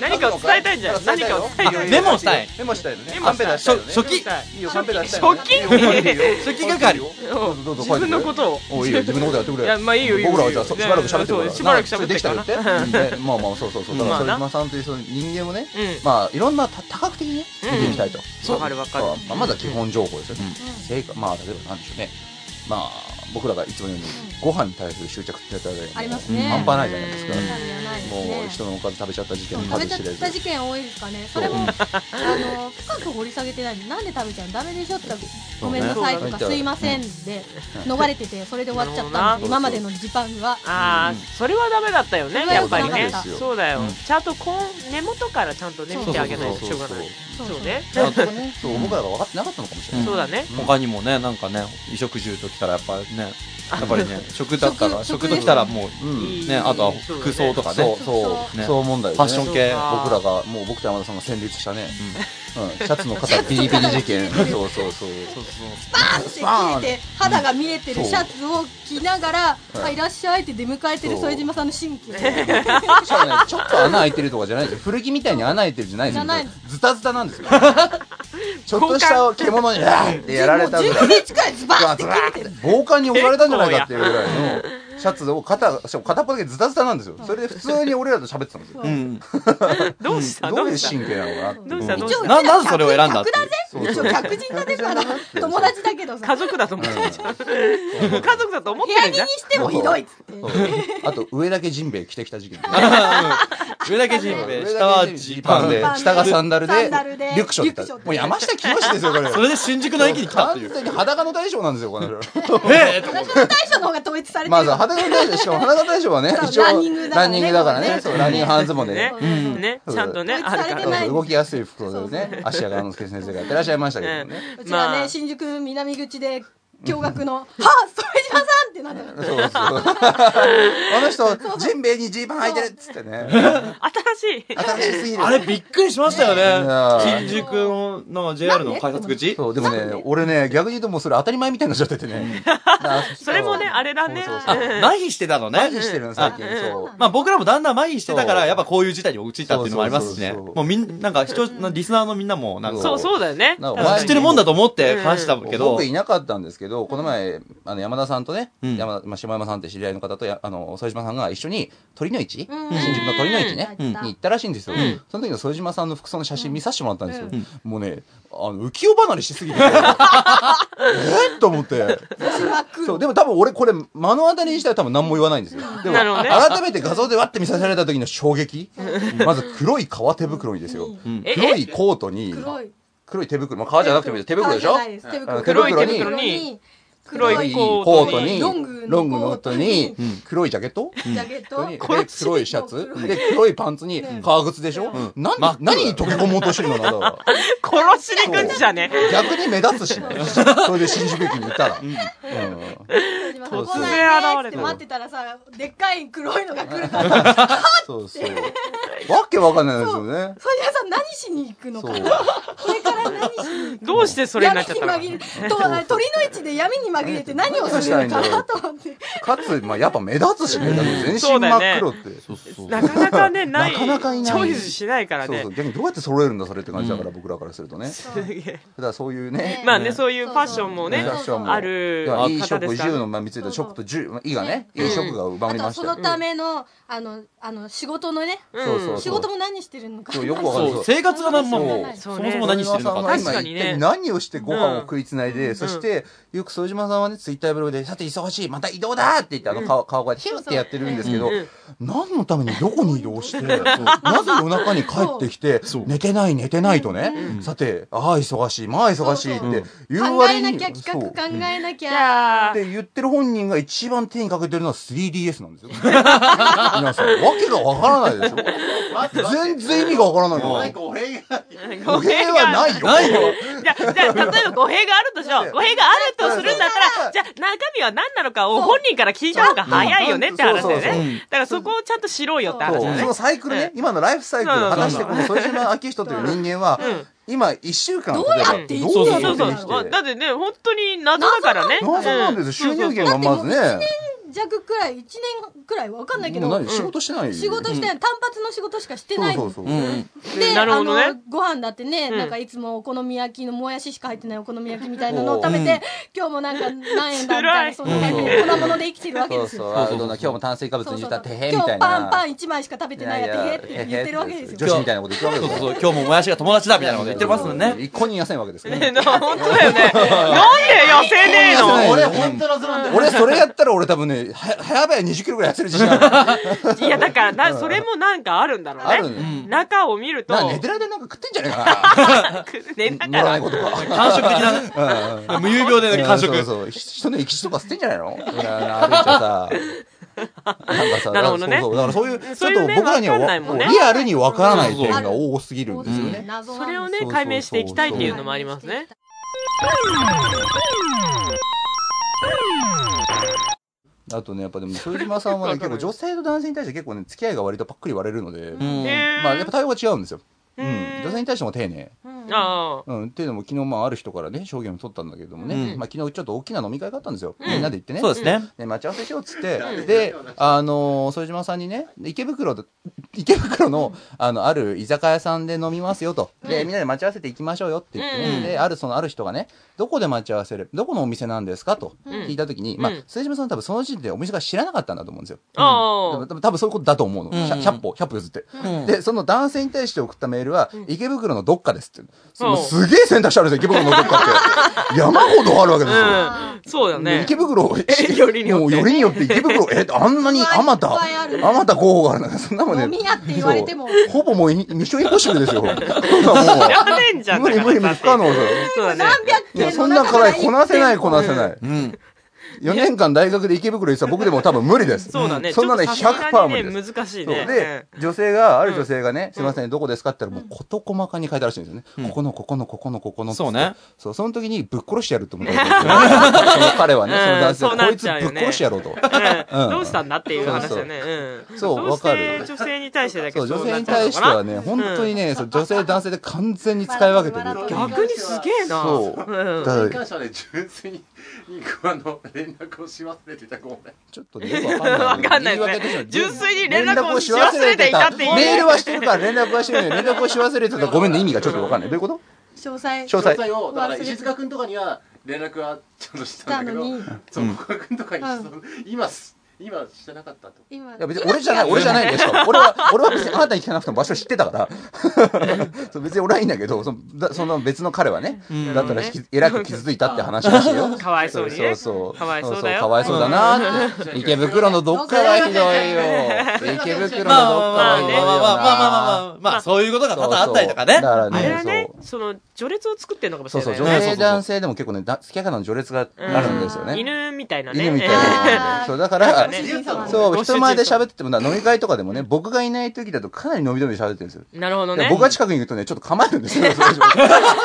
S6: 何かを伝えたいんじゃない何かを伝えたい
S5: メモしたい
S2: メモしたいのね
S6: メモ
S2: カ
S6: し
S2: ン
S6: た
S2: ペ
S6: い
S2: 出したいのね
S5: 初期
S2: いいよカンペ出したい
S6: 初期
S5: 初期係
S2: よ
S6: お
S2: どうぞ
S6: 自分のことを
S2: おいいよ自分のことやってくれ
S6: いやまあいいよいいよ
S2: 僕らはじゃあそ
S6: い
S2: し
S6: や
S2: ばらく喋ってるから
S6: そうしばらく
S2: な
S6: 喋って
S2: できたよってうんでまあまあそうそうそうだから
S6: うん
S2: 副島さんというその人間をね
S6: うん
S2: まあいろんなた多角的にね
S6: うん
S2: 見ていきたいと
S6: そうわかるわかる
S2: まあまあまずは基本情報ですよね
S4: うん
S2: 成果まあ例えばなんでしょうねまあ僕らがいつものようにご飯に対する執着ってやつあるじゃない
S4: あります
S5: うん
S4: ね
S2: 半端ないじゃないですか
S5: うん
S4: やない
S2: もう人のお金食べちゃった事件
S4: 食
S2: 数
S4: べちゃ
S2: 知れ
S4: っ
S2: ず
S4: た事件多いですかね。それも、あの、深く掘り下げてないんで、なんで食べちゃうのダメでしょって言ったら、ごめんなさいとか、
S2: そうね
S4: すいませんで、逃れてて、それで終わっちゃったんで、
S2: な
S4: 今
S2: るほどな
S4: までの時間が。
S6: ああ、それはダメだったよね、
S4: それは
S6: やっ
S4: 良く
S6: ぱ
S4: な
S6: り
S4: かった
S6: ね。
S2: ですよ
S6: そうだよ、
S2: うん
S6: ちゃんとこう根元からちゃんとね、
S4: そう
S6: 見てあげないとしょうがない。
S4: そ
S6: そうう
S4: そう
S6: ね。
S2: だからそこねそう僕らが分かってなかったのかもしれない、
S6: そうだね。
S5: 他にもね、なんかね、衣食住ときたらやっぱね、やっぱりね、食だったら、
S4: 食
S5: 食
S4: 食
S5: ときたらも
S2: うん
S5: う、
S6: いい
S5: ね、あとは
S6: そうだ
S5: 服
S6: ね
S5: 装とか
S2: そ
S5: ね
S2: う、そう、
S5: ね
S2: そう問題
S5: フ
S2: です
S5: ァッ
S2: ね
S5: ション
S6: そう
S5: 系。
S6: か
S2: 僕らがもう僕と山田さんが戦慄したね、うんシャツの肩ビリビリ事件そうそうそう
S5: そうそう
S4: バーンって消えて、肌が見えてるシャツを着ながら、
S2: うん
S4: はい、いらっしゃいって出迎えてる
S2: そう
S4: 副島さんの神経。ね
S2: しかもねちょっと穴開いてるとかじゃないですよ古着みたいに穴開いてるじゃないですよ
S4: じゃない
S2: ズタズタなんですよちょっとした獣にあーってやられたぐらい
S4: 10日近いズバーンって切れてる。
S2: 防寒に置かれたんじゃないかっていうぐらいのシャツを肩しかも片っぽだけズタズタなんですよそれで普通に俺らと喋ってたんですよ
S5: うん。
S6: どうした
S2: ど
S6: ど
S2: う
S6: う
S2: いう
S6: した
S2: 神経なのかなって
S6: どうしたどう
S4: 一応
S6: し
S4: うち
S6: た
S5: な
S4: ら
S5: なんでそれを選んだって
S4: 客だぜ
S2: そうそう
S4: 一応客人だぜまだ友達だけど
S6: 家
S4: さ。
S6: 族だと思ってんじゃん。 家族だと思っ
S4: 部
S6: て
S4: 屋
S6: るん
S4: 着に
S6: じゃん。
S4: してもひどいっつって。
S2: そうあと上だけジンベエ着てきた事件
S5: 上だけジンベエ、下はジーパンで
S4: 上だ。けジー
S2: 下がサンダルで
S4: サンダルで
S2: リュックショって
S4: リュックショって
S2: もう山下清ですよこれ
S5: それで新宿の駅に来たってい
S2: 完
S5: う。
S2: 全に裸の大将なんですよこの人
S5: えー
S4: 私の大将の方が統一されて
S2: ま
S4: る
S2: ず
S4: よ。
S2: 裸の大将しかも裸の大将はね
S4: そう
S2: 一応
S4: ランニングだから
S2: ラ
S4: ね
S2: ンニングだからねそうランニング半ズボンで
S6: ね
S2: ね、
S4: うん
S6: ね、
S2: うん
S6: ちゃんとね、
S4: うん
S6: あるか
S4: 統一さ
S2: そう
S4: れてな
S6: ら。
S4: い
S2: そう動きやすい服装でね芦屋川之助先生がやってらっしゃいましたけどね
S4: う
S6: うん
S4: ちは
S6: ま
S4: ね、
S6: あ、
S4: 新宿南口で驚愕 の、はぁ、副島さんってなったの。
S2: そうそうあの人ジンベエにジーパン履いてるっつってね
S6: 新しい。
S2: 新しすぎる
S5: あれびっくりしましたよ
S2: や
S5: ね。新宿のの JR の改札口
S2: そう、でもね、俺ね、逆に言うともうそれ当たり前みたいな状態でね。だから
S6: それもね、あれだね。
S2: そうそう
S5: あ、
S2: そう
S5: 麻痺してたのね。
S2: マジしてるの、最近。そう。
S5: まあ僕らもだんだん麻痺してたか
S2: そ
S5: ら、
S2: う
S5: やっぱこういう事態に陥ったっていうのもありますしね。
S2: そうそうそうそう
S5: もうみん、なんか人、のリスナーのみんなも、なんか、
S6: そう、そうだよね。
S2: なんか
S5: なんか知ってるもんだと思って話したけど
S2: 僕、いなかったんですけど、この前、あの、山田さんとね、
S5: うん
S2: 山田、まあ、下山さんって知り合いの方とや、あの、副島さんが一緒に鳥の市、
S4: うん
S2: 新宿の鳥の市ね、
S4: うん
S2: に行ったらしいんですよ。
S5: ん
S2: その時の副島さんの服装の写真見させてもらったんですよ。
S4: うん
S2: もうね、あの、浮世離れしすぎて。えーと思って。
S4: 私は黒
S2: そう、でも多分俺これ目の当たりにしたら多分何も言わないんですよ。でも、
S6: なるほどね
S2: 改めて画像でわって見させられた時の衝撃。まず黒い革手袋にですよ。
S6: え
S2: 黒いコートに、
S4: 黒い。
S2: 黒い手袋、まあ革じゃなくてもいいです手袋でしょ
S4: 革じゃないす手袋
S2: うん手袋
S6: に
S4: 黒い
S6: 黒
S4: 手袋
S6: い
S4: に、
S2: コ
S6: コ
S2: ー
S6: ー
S2: ト
S6: ト
S2: に、
S6: に
S2: ロングのコートに
S5: う、ん
S2: 黒いジャケット
S4: ジャケット
S2: で、
S6: こっち
S2: 黒いシャツ
S4: 黒い
S2: で、黒いパンツに、革靴でしょ
S5: ん
S2: 何
S5: 真っ、黒
S2: 何に溶け込もうとしてるのかな
S6: 殺しにくんじゃね。
S2: 逆に目立つしね。それで新宿駅にいたら。うん
S4: ここないねって待ってたらさ、でっかい黒いのが来る から、
S2: そうそう。わけわかんないですよね。
S4: それじゃさん何しに行くのか
S2: そ
S4: こ
S2: う
S4: れ。から何しに行く
S6: どうしてそれになっちゃったの
S4: 闇に紛れとあ鳥の市で闇に紛れて何をするのかなと思って。
S2: かつ、まあ、やっぱ目立つしね。だって全身
S6: そうだよ
S2: 真っ
S6: ね
S2: 黒って。そう
S6: なかなかね、ない。
S2: なかなかいない
S6: チョイスしないからね
S2: そう。逆にどうやって揃えるんだそれって感じだから、僕らからするとね。
S6: すげえ
S2: だからそういうね。
S6: まあね、そういうファッションもね、
S2: ファッションも
S6: ある
S2: まあ
S6: 方
S2: い
S6: で
S2: い
S6: す
S2: 食
S6: からね。
S2: 10のまあ見ついたショックと10、まあ、いいがね、いい食が奪わ
S4: あ
S2: れ
S4: と
S2: ま
S4: は
S2: した
S4: そ
S2: よ
S4: のための、あの、あの、仕事のね、
S6: うん
S2: そうそうそう
S4: 仕事も何してるのか
S2: そう よくわかんない
S5: そう、生活がなんまもう、
S6: そう
S5: そもそも何してるのかって
S2: 今
S5: い
S6: 確
S5: う。
S2: 一
S6: かにね
S2: 体何をしてご飯を食いつないで、そして、よく副島さんはね、ツイッターブログで、さて忙しい、また移動だって言って、あの顔、顔がヒューってやってるんですけど
S6: うん、
S2: 何のためにどこに移動して、なぜ夜中に帰ってきて、寝てない寝てないとね、さて、ああ忙しい、まあ忙しいって言う
S4: 考え
S2: 割
S4: な
S2: に、
S4: きゃ、企
S2: そう
S4: 画考えなき
S6: い
S4: ゃ。
S6: やー
S2: で言ってる本人が一番手にかけてるのは 3DS なんですよ。 皆さん、わけがわからないでしょ全然意味がわからないよ。
S3: 語弊が
S6: 語
S2: 語
S6: 弊
S2: 弊
S6: が
S2: は
S6: あ
S2: ないよ。ないよ。
S6: るじゃあ、じゃあ、例えば語弊があるとしよう。語弊があるとするんだったら、じゃあ、中身は何なのかを本人から聞いた方が早いよねって話だよ
S2: そうそう
S5: そう
S6: ね。だからそこをちゃんとしろよって話
S2: そ
S6: だ
S2: う
S6: ね
S2: そ。のサイクルね、今のライフサイクル、
S6: うん
S2: 果たしてこの副島明人という人間は、今一週間、
S4: どうやって
S2: 例えば
S4: 生きて
S2: ど
S4: る
S2: うや
S6: そ
S2: って
S6: うそう
S2: 生き
S6: そう。
S2: て
S6: だってね、本当に謎だからね。。
S2: 謎なんですすよ。収入源がまずね、
S4: 弱くらい、一年くらいわかんないけ
S2: もう
S4: ど
S2: 何、仕事してない
S4: 仕事してない、単発の仕事しかして
S2: そ
S4: な
S2: う
S4: い
S2: そうそう。
S4: で、
S6: なるほどね
S4: あの、ご飯だってね、
S6: うん
S4: なんかいつもお好み焼きのもやししか入ってないお好み焼きみたいなのを食べて、今日もなんか何円だみたいな、そんな感じで粉物で生きてるわけ
S2: そ
S4: で
S2: う
S4: す
S2: そ
S4: よ。
S2: う。あどんな今日も炭水化物
S4: そう
S2: に
S4: そ
S2: し
S4: う
S2: た
S4: そう
S2: てへみ
S4: 今
S2: たい
S4: 日
S2: な。
S4: パンパン1枚しか食べてないやってへって言ってるわけですよ。
S2: 女子みたいなこと言ってるわ
S5: そう
S2: けです
S5: そう
S2: よ
S5: そう、今日ももやしが友達だみたいなこと言ってますもんね。
S2: 一個に痩せんわけですからね。
S6: 本当だよね。なんで痩せねえの
S3: 俺本当のその
S2: 俺それやったら俺多分ねね、は早々20キロぐらい痩せる自信ある。
S6: いや、だからな、それもなんかあるんだろう
S2: ある
S6: ね。
S2: ね。
S6: 中を見ると、
S2: な、寝てる間なんか食ってんじゃねえか な。
S6: ねだ
S2: 乗
S6: からら
S2: ないことか。
S5: 感触的なね。 無遊病でね感触。
S2: うんそうそう。人の生き血とか吸ってんじゃないのうんあるじゃさ。なんかさ、
S6: なるほどね
S2: そうそうだからそういう、ち
S6: そう
S2: ょっ
S6: いう
S2: と
S6: ね
S2: 僕らには
S6: わかんないもんね
S2: リアルにわからない点が多すぎるん
S4: そう
S2: で
S4: ですす
S2: よ
S4: よね
S2: ね。
S4: 謎
S6: それ
S4: な
S6: を
S4: ん
S6: ね
S4: です
S2: そうそうそうそう
S6: 解明していきたいっていうのもありますね。
S2: あとね、やっぱでも、副島さんはね、結構女性と男性に対して結構ね、付き合いが割とパックリ割れるので、
S5: うん
S2: まあやっぱ対応が違うんですよ。
S6: う
S2: うんん。女性に対しても丁寧。
S6: あ
S2: うん、っていうのも昨日まあある人からね証言を取ったんだけどもね、
S5: うん
S2: まあ、昨日ちょっと大きな飲み会があったんですよ、みんなで行ってね
S5: そうですね。
S2: ね待ち合わせしようっつって、で、あのー、副島さんにね、池袋で、池袋の、あの、ある居酒屋さんで飲みますよと。で、みんなで待ち合わせて行きましょうよって言ってね、
S5: うん
S2: で、ある、その、ある人がね、どこで待ち合わせるどこのお店なんですかと聞いたときに、まあ
S6: うん、
S2: 副島さん多分その時点でお店が知らなかったんだと思うんですよ。
S6: あ。あ
S2: 多
S6: あ。
S2: 分多分そういうことだと思うの。
S5: うん
S2: 100歩、100歩譲って。
S5: うん
S2: で、その男性に対して送ったメールは、池袋のどっかですって。そ
S6: うん
S2: のすげえ選択肢あるんですよ、池袋のどっか って。山ほどあるわけですよ。
S6: うん。そうだね。
S2: 池袋を、え
S6: よりによって
S2: もうよりによって池袋、え、あんなにあま
S4: いったぱいあ、る
S2: あまた候補があるなんか、そんなもんね。
S4: 飲み屋って言われても
S2: そうほぼもうイ、ミッションインポッシブル ですよ。もう
S6: やれんじゃん。
S2: 無理無理無理、不可能だよ。
S6: そうだね。
S4: 何百
S2: いや、
S4: 件
S2: そ
S4: の
S2: んな
S4: 中
S2: 課
S4: から
S2: 題こなせない、こなせない。
S5: うん。
S2: 4年間大学で池袋行ってた僕でも多分無理です。
S6: そうだね。
S2: そんなね、
S6: ちょっとさ
S2: 100%
S6: すがに
S2: 無理です。
S6: ね。難しい
S2: そう
S6: ね。
S2: で、女性が、ある女性がね、すいません、どこですかって言ったら、もう事細かに書いてあるらしいんですよね。ここの、ここの、ここの、ここの。
S5: そうね。
S2: そう、その時にぶっ殺してやると思ったんですよ。そ の彼はね、
S6: うん
S2: その男性
S6: そう
S2: は
S6: な
S2: こ
S6: っ
S2: いつ
S6: ち
S2: ぶ
S6: ゃうよね
S2: っ殺してやろうと。
S6: うん
S2: うん
S6: どうしたんだっていう話だよね。うん。
S2: そう
S6: どして
S2: わかる
S6: 女性に対してだけ
S2: そう、
S6: ど
S2: 女性に対してはね、本当にね、そう女性男性で完全に使い分けてる。
S6: 逆にすげえな。
S2: そう
S6: うん。
S2: だ
S3: に
S2: から
S3: 関してはね、純粋に、肉あの、連絡をし忘れてた、ごめん。
S2: ちょっとね、よくわ
S6: わか
S2: か
S6: ん
S2: んな
S6: な
S2: いい。言
S6: ですね
S2: い訳としては
S6: 純粋に連絡をし忘れていたっていう
S2: メールはしてるから連絡はしてるのに、連絡をし忘れてたごめんの意味がちょっとわかんない。どういうこと
S4: 詳細
S2: 詳細。
S3: 詳を、だから
S4: 忘れて
S3: 石塚君とかには連絡はちゃんとしたんだけど
S4: したのに、
S3: そう、小川君とかに、
S4: うん
S3: そう今す、今してなかったと。
S4: 今
S2: いや別に俺じゃない、俺じゃないんですよ。俺は、俺は別にあなたに聞かなくても場所知ってたから。 そう別に俺はいいんだけど、そのだその別の彼はね、だったらひきえらく傷ついたって話ら しいよ。
S6: かわいそうに
S2: そ
S6: ね
S2: う。そう。
S6: かわいそうだよ
S2: かわいそうだなって。池袋のどっかはひどいよ。池袋のどっか
S5: まあまあ
S2: はひどい
S5: まあまあまあまあま
S2: よな。
S5: あまあ、そういうことが多々あったりとかね
S2: だ。から
S6: あれは
S2: ね
S6: ね、、その序列を作ってるのかもし
S2: そう。
S6: れ
S2: そう
S6: ない
S2: そう、女
S6: よね。
S2: 性男性でも結構ね、だ付き合い方の序列があるんですよね。
S6: 犬みたいなね。
S2: 犬みたいな。
S4: あー
S2: そう、だから、
S6: ね
S2: そ
S6: ご
S2: う、
S6: 主人
S2: 人前で喋っててもな、飲み会とかでもね、僕がいない時だとかなり伸び伸び喋ってるんですよ。
S6: なるほど
S2: で
S6: ね。
S2: 僕が近くにいるとね、ちょっと構えるんですよ。だか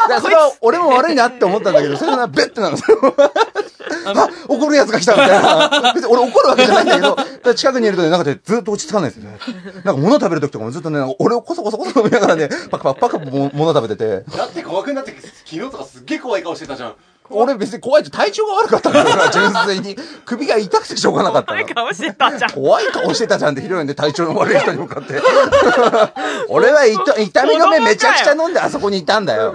S2: らそれは俺も悪いなって思ったんだけど、それがベッてなの。それはあ、怒るやつが来たみたいな。別に俺怒るわけじゃないんだけど、だから近くにいるとね、なんかねずっと落ち着かないんですよね。なんか物食べる時とかもずっとね、俺をこそこそこそ飲みながらね、パクパクパクも物食べてて、
S3: だって小川君だって、昨日とかすっげえ怖い顔してたじゃん。
S2: 俺別に怖いって体調が悪かったんだから、純粋に。首が痛くてしょうがなかった
S6: 怖
S2: の
S6: い。顔してたじゃん。
S2: 怖い顔してたじゃんってひろゆんで体調の悪い人に向か って。俺は痛痛み止めめちゃくちゃ飲んであそこにいたんだよ。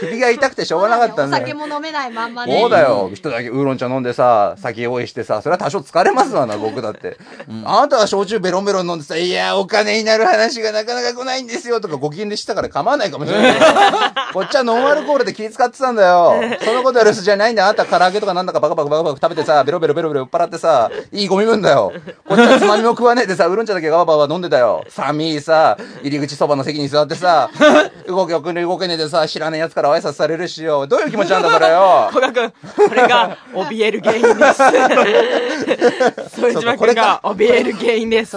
S2: 首が痛くてしょうがなかったん
S4: お
S2: だ
S4: 酒
S2: よ。
S4: も飲めないまんまね
S2: そうだよ。一人だけウーロン茶飲んでさ、酒用意してさ、それは多少疲れますわな、僕だって。あなたは焼酎ベロンベロン飲んでさ、いや、お金になる話がなかなか来ないんですよ、とかご機嫌でしたから構わないかもしれないけど。こっちはノンアルコールで気使ってたんだよ。そのことやる人じゃないんだよ。あなた唐揚げとかなんだかバカバカバカバカ食べてさ、ベロベロベロベロ酔っ払ってさ、いいゴミ分だよ。こっちはつまみも食わねえでさ、ウーロン茶だけガバババ飲んでたよ。寒いさ、入り口そばの席に座ってさ、動けくんで動けねえでさ、知らねえ奴から挨拶されるしよ。どういう気持ちなんだそれよ。
S6: 小賀君、これが怯える原因 です。副島君が怯える原因です。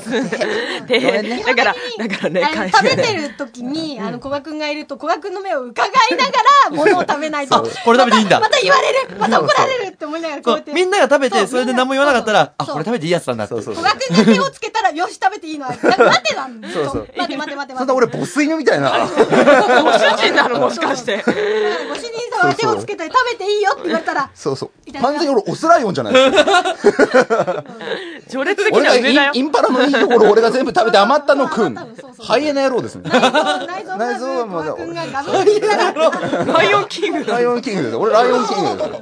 S6: で、だから、だからね、
S4: あの
S6: 返
S4: 食
S6: し
S4: べ
S6: ね。
S4: てる時に、あの、古賀くんがいると、古賀くんの目を伺い ながら、物を食べないと。
S5: これ食べていいんだ
S4: ま。た言われるまた怒られるって思いながら、こうやって。
S5: みんなが食べて、それで何も言わなかったら、あ、
S4: そう
S5: これ食べていいやつなんだって。
S2: そうそうそう
S4: 古賀くんが手をつけたら、よし、食べて いいの。待てなんだ。
S2: そうそう
S4: 待て待て待て待て。
S2: そんな俺、ボス犬みたい な。
S6: ご主人なのもしかして。
S4: だからご主人様は手をつけたら食べていいよって言われたら、
S2: そうそう。
S4: いただきま
S2: 完
S4: す
S2: 全に俺、オスライオン じゃないですか。
S6: 序列的
S2: 俺
S6: な
S2: が
S6: 上だよ
S2: インイ。ンパラのいいところ、俺が全部食べて余ったの 食うの
S4: 余ったのそうそう
S2: ハイエナ野郎ですね。
S4: 内臓内臓はまず、古賀くんがガブって 言ったら、
S6: ライオンキング
S2: ライオンキングです。俺、ライオンキングで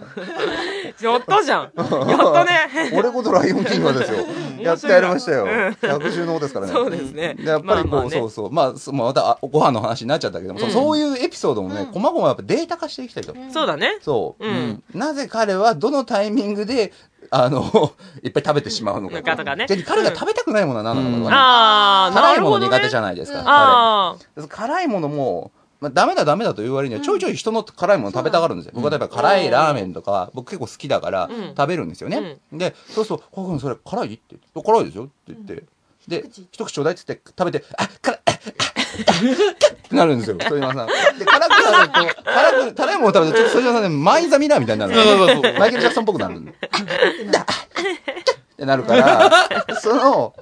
S2: す。
S6: やったじゃん。やったね。
S2: 俺ことライオンキングはですよ。やってやりましたよ。
S6: うん
S2: 百獣の王ですからね。
S6: そうですね
S2: やっぱり
S6: まあまあ
S2: こう、
S6: ね
S2: そうそう。まあ、そまあまたあご飯の話になっちゃったけども、そうそういうエピソードもね、こまごまやっぱデータ化していきたいと。
S6: そうだね。
S2: そう、
S6: うん
S2: なぜ彼はどのタイミングで、あの、 いっぱい食べてしまうのか。
S6: のかとかね
S2: じゃあ彼が食べたくないものは何なのかとかね。
S6: ああ、な
S2: 辛い
S6: る
S2: も
S6: ほ
S2: の
S6: ど、ね。
S2: 苦手じゃ
S6: い。
S2: ないですか。彼
S6: ああ、
S2: ですから辛いものも、まあ、ダメだダメだという割には、ちょいちょい人の辛いもの食べたがるんですよ。僕は例えば辛いラーメンとか、僕結構好きだから
S6: うん、
S2: 食べるんですよね。で、そうそう、コウ君それ辛いって。辛いですよって言って。で、一口ちょうだいって言って食べて、あ、辛い、あ、あ、あ、ってなるんですよ。副島さん。で、辛くなると、辛く、辛いもの食べて、ちょっと副島さんね、マイザミラーみたいになるんですよ
S5: そうそうそう
S2: マイケル・ジャクソンっぽくなるんだ。あってなる から、その、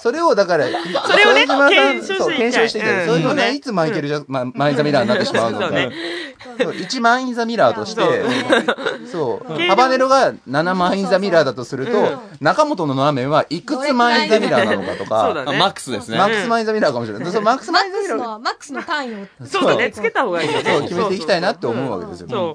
S2: それをだから、そ
S6: れをね
S2: 副島さん
S6: 検証していきたい
S2: そう検証していきた
S6: う
S2: い。
S6: ん
S2: それと
S6: そう
S2: ね、
S6: ね
S2: いつマイケル・ジャクママイザ・ミラーになってしまうの
S6: そ
S2: か
S6: うね。
S2: そう1マイザ・ミラーとしてそうハバネロが7マイザ・ミラーだとする
S6: う
S2: と中本のラーメンはいくつマイザ・ミラーなのかと
S6: そうだ
S2: か
S6: ね。
S5: マックスですね
S2: マ。ックスマイザ・ミラーかもしれないそのマックス
S4: マ
S2: マ
S4: ッ
S2: イザ・
S4: ク
S2: ミ
S4: ス
S2: ラーを
S4: の、マックスの単位を。
S6: そうだね。つけた方がいいよね。
S2: そう決めていきたいなって思うわけですよ
S6: そう。
S2: そう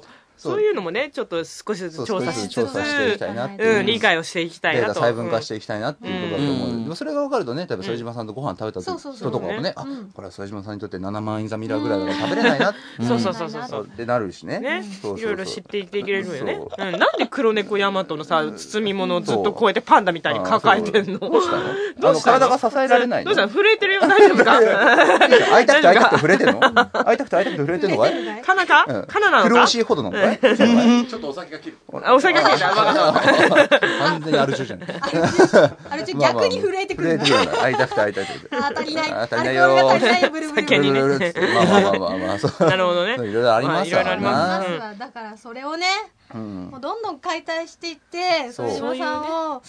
S6: そういうのもね、ちょっと少しず
S2: そ
S6: つ
S2: う
S6: 調査
S2: 少ず
S6: し
S2: つ
S6: つ
S2: 調
S6: つ、
S2: 査していきたいなっていう
S6: うん、理解をしていきたい
S2: デー
S6: な
S2: タ
S6: と。
S2: 細分化していきたいなっていうことだと思う、
S5: うん
S2: でもそれが分かるとね例えば副島さんとご飯食べた
S4: そう
S2: 人
S4: そうそう
S2: とかもね、あ
S4: うん
S2: これは副島さんにとって7万インザミラーぐらいだから食べれないなっ
S6: うん。そうそうそうそうそう。
S2: てなるしね
S6: ね、
S2: そうそうそう
S6: いろいろ知っていっていけるよね。
S2: そう
S6: うん、なんで黒猫ヤマトのさ、包み物をずっとこうやってパンダみたいに抱えてんの
S2: どうしたのあの体が支えられない
S6: ど
S2: の
S6: うしたの震えてるよ大丈 夫か
S2: 会いたくて会いたくて触れてんの会いたくて会いたくて触れてんのかい
S6: カナかカナなの
S2: 苦
S6: か
S2: しいほど飲むかい完
S3: ちょっとお酒が切る。
S6: あ、お酒飲んだ。わかっ
S2: 全にアル中じゃない。
S4: あれ、ちょ、逆に震えてくる
S2: ま
S4: な
S2: あ。まあ震えてくるな。会いたくて会いたくて。
S4: あー、足りない。
S2: あー足
S4: ア
S2: りない
S4: ル
S2: よ
S4: コールが足りない。ブルブルブ
S6: 酒
S4: ル
S6: に。
S2: ルルルルってまあまあまあまあまあ、そう
S6: た。なるほどね。
S2: いろいろありますか
S6: まあ
S2: ら
S6: いろいろあ
S4: ま
S2: な
S4: ず。は、だから、それをね、
S2: うん
S4: もうどんどん解体していって、
S2: そう
S4: 副島さんを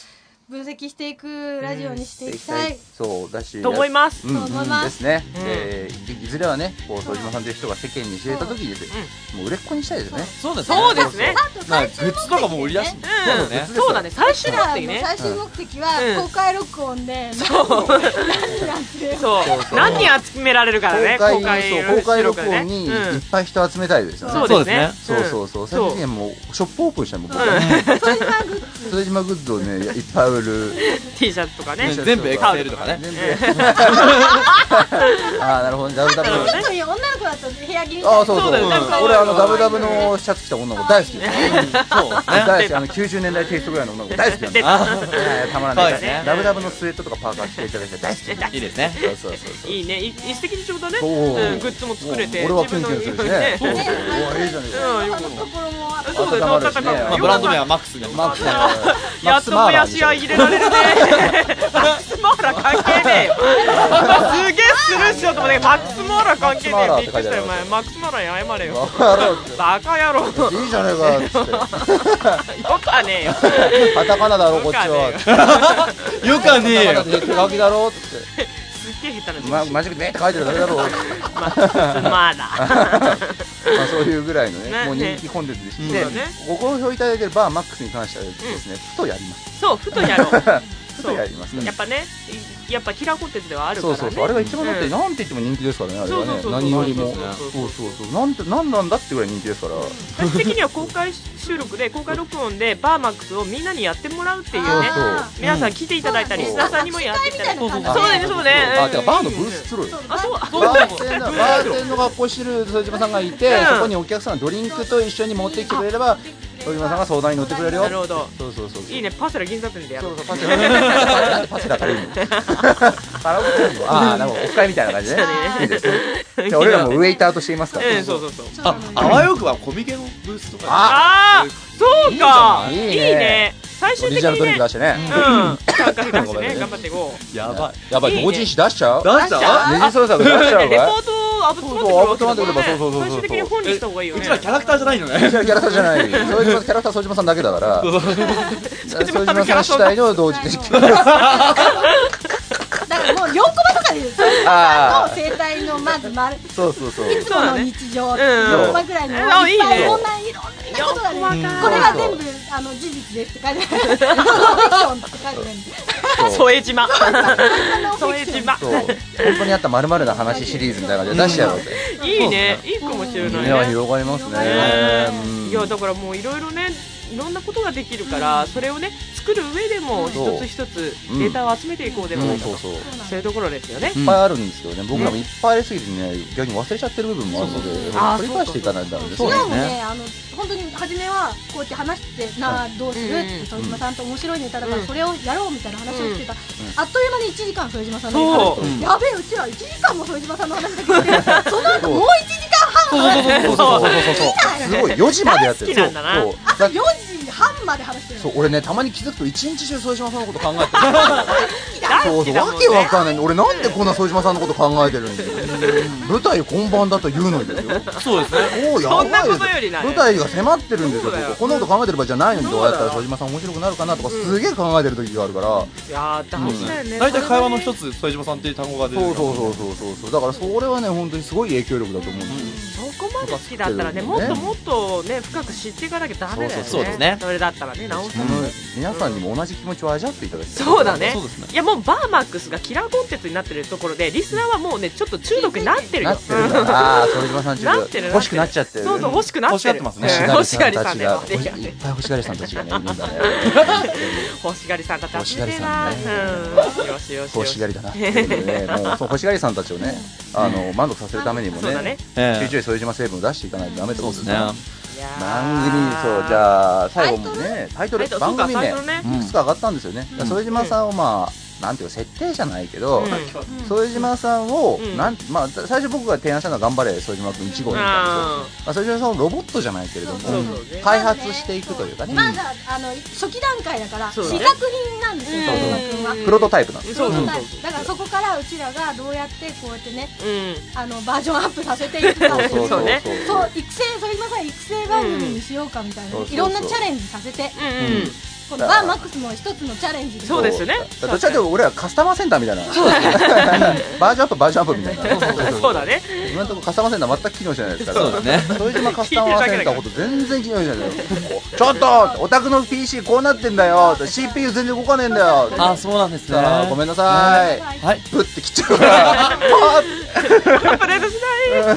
S4: 分析していくラジオにしていきたい。
S2: そうだし
S6: と思います
S2: う。ん
S4: と思います
S2: ですね、えーいいずれはねこう副島さんという人が世間に知れた時にですよもう売れっ子にしたいですよね
S5: そうですね。
S6: そうですね。
S5: まあ、グッズとかも売り出し
S6: う
S5: て。
S6: ん。
S5: ね
S6: そうだね。最終
S4: だ
S6: 目
S4: から
S6: 的ね。
S4: 最終目的
S6: う
S4: は
S6: ん
S4: 公開録音で、
S6: そう。何人集められるからね。
S2: 公
S6: 公
S2: 開
S6: 開
S2: そう公開録音にいっ
S6: うん
S2: ぱい人集めたいですよね、
S6: そうですね。
S2: そうそうそう、最近ねもうショップオープンしたもん僕は、副島グッズをねいっぱい売る
S6: T シャツとかね。
S5: うん全部エクセルとかね。
S2: 全部 ああなるほどねダブダブ
S4: 特に女の子だと部屋着みたいな
S2: ああそうそう
S6: そうだよねなんか
S2: 俺あのダブダブのシャツ着た女の子大好きです
S5: そうですね。
S2: 大好きあの90年代テイストぐらいの女の子大好きなんです
S6: 出
S2: よ
S6: た。
S2: えーたまらない
S5: そ
S2: です
S5: うです
S2: ね
S5: ね
S2: ダブダブのスウェットとかパーカー着ていただいて大好きです
S5: いいですね。
S2: そうそうそうそう
S6: いいね。い一石二鳥だね。
S2: そう
S6: うんグッズも作れて。
S2: 俺はキュンキュンするしね
S6: 自
S2: そう
S6: 分
S2: そうそ
S6: の
S2: うおーいいじゃないですか
S6: うんよかった
S4: 心もあっ
S6: そうだよ
S2: 温まるしね
S6: 暖かくなる
S5: まあ、ブランド名はマックスで。
S2: マックス
S6: やっともやしは入れられるね。マックスモーラ関係ねえよ。すげえスルーしようと思ったけど、マックスモーラ関係ねえよ。びっくりしたよ、お前。マックスモーラに謝れよ。バカ野郎。よ
S2: いいじゃねえかっつって
S6: かねえよ。
S2: カタカナだろこっちは
S6: よ
S2: つっ
S6: かね
S5: よかねえ
S2: て
S5: よ。
S2: カタカナで手書きだろっつって
S6: えよ。すっげえ下手な
S2: ま
S6: 人。
S2: マジックでって書いてるだけだろう
S6: マックスモーラ。
S2: まあそういうぐらいのね
S6: ね
S2: もう人気コンテンツでして、
S6: そうだね
S2: ご好評いただけるバーマックスに関してはですね、ふとやります
S6: そう、ふとやろう。
S2: ふ
S6: そ
S2: と
S6: う
S2: やります
S6: やっぱね、いやっぱキラーコンテンツではあるか
S2: そ
S6: ら
S2: う
S6: ね。
S2: そうそうあれが一番だって、
S6: うん
S2: なんて言っても人気ですからねあれは
S6: そう
S2: ね
S6: そうそう
S2: 何よりも
S6: そう
S2: そ
S6: そうう
S2: そうそうなんてなんなんだってぐらい人気ですから
S6: 私的には公開収録で公開録音でバーマックスをみんなにやってもらうっていうね
S2: そう
S6: 皆さん聞いていただいたりリスナーさんにもやっていただいたり
S4: そう
S6: そうだねそうね
S2: あてかバーのブース作ろうよ
S6: あそうあそう
S2: バーテンのバーテンの学校してる副島さんがいて、
S6: うん
S2: そこにお客さんのドリンクと一緒に持ってきてくれれば副島さんが相談に乗ってくれるよ
S6: なるほど
S2: そうそうそうそう
S6: いいねパセラ銀座店でや
S2: そ
S6: ろ
S2: う
S6: う
S2: そうパセラパセラからいいのカラオケ店も ああなんかオフ会みたいな感じねい いですねじゃあ俺らもウェイターとしていますから
S6: うんそうそうそう
S5: あ、あわよくはコミケのブースとか
S6: ああそ
S2: い
S6: うか
S2: いんじゃない
S6: い
S2: いいね
S6: いね最
S2: オ
S6: 終
S2: リ
S6: 的
S2: ジナル
S6: に
S2: ドリン
S6: ね
S2: ク出してね、
S6: うん参加しましてね頑張っていこう
S5: で。やばい。
S2: やばい同人誌出しちゃう
S5: 出し
S6: あ
S5: た
S2: ネジ創作出しち
S6: だ
S2: ゃ
S6: って
S2: う
S6: レポ
S2: か
S6: ートをあぶつまってくるわけだか
S2: そうそうそ
S6: らね
S2: うそうそうそう
S6: 最終的に本にした方がいいよ
S5: う
S6: ね
S5: ちらキャラクターじゃないのね。
S2: いキャラクターじゃない副島キャラクター副島さんだけだから副島
S6: さ
S2: さ
S6: んのキャラ
S2: ん主体の同人誌
S4: だからもう4コマとかでいいですよ
S2: ああ
S4: 生態のまず丸い
S2: そうそうそう
S4: つもの日常
S6: そうだね
S4: 4コマぐらいの
S6: うん
S4: いっぱ
S6: い
S4: い
S6: いね
S4: いろんないろんなことがねこれは全部あの事実ですって書いてあるノンフィクションって書いてある
S2: そう
S6: 添島
S4: そう
S6: 添島
S2: そう本当にあったまるな話シリーズみたいな感じで出しちゃうわけ
S6: いいねいいかもしれない
S2: 夢は
S6: ね
S2: 広がりますね
S6: ね
S2: うん
S6: いやだからもういろいろねいろんなことができるから、それをね作る上でも一つ一つ
S2: うん
S6: データを集めていこうではないか
S2: そ
S6: と、
S2: うそう
S6: そういうところですよね。
S2: いっぱいあるんですけどね、僕らもいっぱいありすぎてね、逆に忘れちゃってる部分もあるので、
S6: あー
S2: 取り返していかないとダメです
S5: そうで
S2: ね
S5: す
S4: 昨日もね、あの本当に初めはこうやって話してなあどうするっ
S6: うんうん
S4: て副島さんと面白いネタだか
S6: う
S4: ら
S6: ん
S4: それをやろうみたいな話をしてた、あっという間に1時間副島さんの
S6: そう
S4: 話
S2: ん
S4: やべえうちら1時間も副島さんの話だけ聞いてその後もう1時間半話 して
S2: そうそうそうそうそう
S4: い
S2: すごい4時までやってる
S6: 大好きなんだな
S2: そうそう
S4: あと4時半まで話してる
S2: そう俺ねたまに気づくと一日中副島さんのこと考えてる
S6: 大
S2: そ
S6: 好
S2: うそ
S6: き
S2: う
S6: だ
S2: わ
S6: もん
S2: け
S6: ね
S2: わかんない俺なんでこんな副島さんのこと考えてるんだよ舞台本番だと言うのにだよ
S5: そうですね。
S2: おうやばい
S6: そんなことよりな
S2: 舞台が迫ってるんですよ
S6: そうだよ
S2: こんなこと考えてる場合じゃないのにどうやったら
S6: そうだよ
S2: 副島さん面白くなるかなとかすげえ考えてる時があるから、
S6: いやー大事だよね。
S5: 大体会話の一つ、
S6: つ。
S5: 副島さんっていう単語が出て
S2: そう
S5: る。
S2: そうそうそうそうそうだからそれはね本当にすごい影響力だと思うんですよ
S6: そこまで好きだったらね、もっともっとね深く知っていかなきゃダメだよね。
S5: そうそうそうですね
S6: それだったらね、なおさ
S2: こ
S6: ら。
S2: の皆さんにも同じ気持ちを味わっていただきたい
S6: そうだね
S5: そうですね。
S6: いやもうバーマックスがキラーコンテンツになってるところでリスナーはもうねちょっと中毒になってるよ
S2: なってるからああ副島さん中
S6: なってる
S2: 欲しくなっちゃってる
S6: そうそう欲しくなってる
S5: 欲しがってますね
S6: うん欲しがりさんだよ
S2: 欲しいっぱい欲しがりさんたちがねいるんだね
S6: 欲しがりさんたち集めてな
S2: 欲しがり
S6: うんよしよしよし
S2: 欲しがりだなっていうことでねもうそう欲しがりさんたちをねあの満足させるためにも
S6: そうだね
S2: ねちょいちょい副島成分を出していかないとダメってことですね
S5: ね。
S6: いやー
S2: 番組そうじゃあ最後もねタイト
S6: タイ
S2: ル
S6: トル
S2: 番組
S6: そうかタ
S2: ね
S6: イトルね
S2: いくつか上がったんですよねだから副島さんをまあなんていうか設定じゃないけど
S6: うん
S2: 副島さんを
S6: うん
S2: なんまあ最初僕が提案したのは頑張れ副島君1号にいたんですよ
S6: あ
S2: まあ、それじゃそのロボットじゃないけれども
S6: そうそうね
S2: 開発していくというかね、
S4: まだあの初期段階だから
S6: そ
S4: 試
S6: うだ
S4: 作
S6: ね
S4: 品なんですよ
S6: うん
S4: 小島君は
S2: プロトタイプなんで
S6: ー
S2: す
S6: そうそうそう
S4: だからそこからうちらがどうやってこうやってね
S6: うん
S4: あのバージョンアップさせていくかっていう
S6: そうね
S4: そう育成それ今さ育成番組にしようかみたいな、
S2: うん
S4: いろんなチャレンジさせて
S6: うんうん
S4: このバーマックスも一つのチャレンジで
S6: そうですよね
S2: だからどちらかというと俺らカスタマーセンターみたいなバージョンアップバージョンアップみたいな
S6: そうだね
S2: 今のところカスタマーセンター全く機能してないですか
S5: そう
S2: ら
S5: です ね。
S2: それでまあカスタマーセンターほど全然機能してないですよちょっとお宅の PC こうなってんだよ CPU 全然動かねえんだよ
S5: あ、そうなんですね。
S2: さあごめんなさい
S4: はい
S5: はい。
S2: プって切っちゃうから パーって
S6: プレゼンし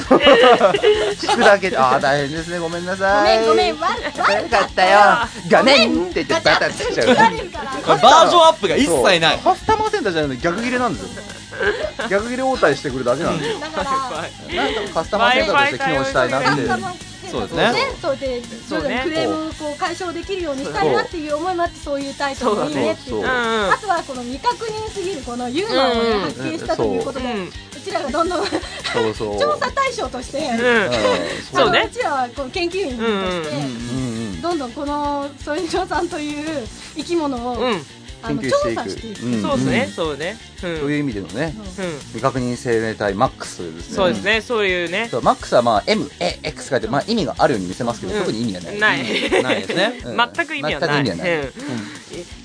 S6: ない
S2: 聞くだけでああ大変ですねごめんな
S4: ご
S2: さい
S4: めんごめんわ
S2: 悪かったよ画面って言ってバタッてしちゃう
S4: られるから
S5: バージョンアップが一切ない。
S2: カスタマーセンターじゃないのに逆切れなんですよ逆切れ応対してくるだけなんですよ
S4: だから
S2: なんとかカスタマーセンターとして機能したいな
S4: カ
S2: っ
S4: ス
S2: て
S4: タマーセンターと
S5: そう
S4: ねそうで徐々にクレームをこう解消できるようにしたいなっていう思いもあってそういうタイトルもいいねっていう
S2: そうだ
S6: ねうん
S4: あとはこの未確認すぎるこのユーマンをね発見したということで
S6: うん
S4: うちらがどん ど
S2: そ
S4: ん
S2: うそう
S4: 調査対象として
S6: うん
S4: あ
S6: そう
S4: の
S6: ね
S4: うちらはこう研究員とし
S2: うん
S4: て、
S2: うん
S4: どんどんこのソイョウさんという生き物を、
S6: うん
S4: あの
S2: 研究
S4: 調
S2: してい
S4: 査していく、
S2: く
S6: うんそうですね
S2: ん
S6: そうねう
S2: そうんいう意味でのね
S6: うん
S2: 未確認生命体マックスというですね
S6: そうですねそういうね
S2: そうマックスはまあ MAX 書いてまあ意味があるように見せますけど
S6: うん
S2: 特に意味がない
S6: ない
S5: ないですね。
S2: うん
S6: 全く意味はない
S2: 全く意味はない
S6: うん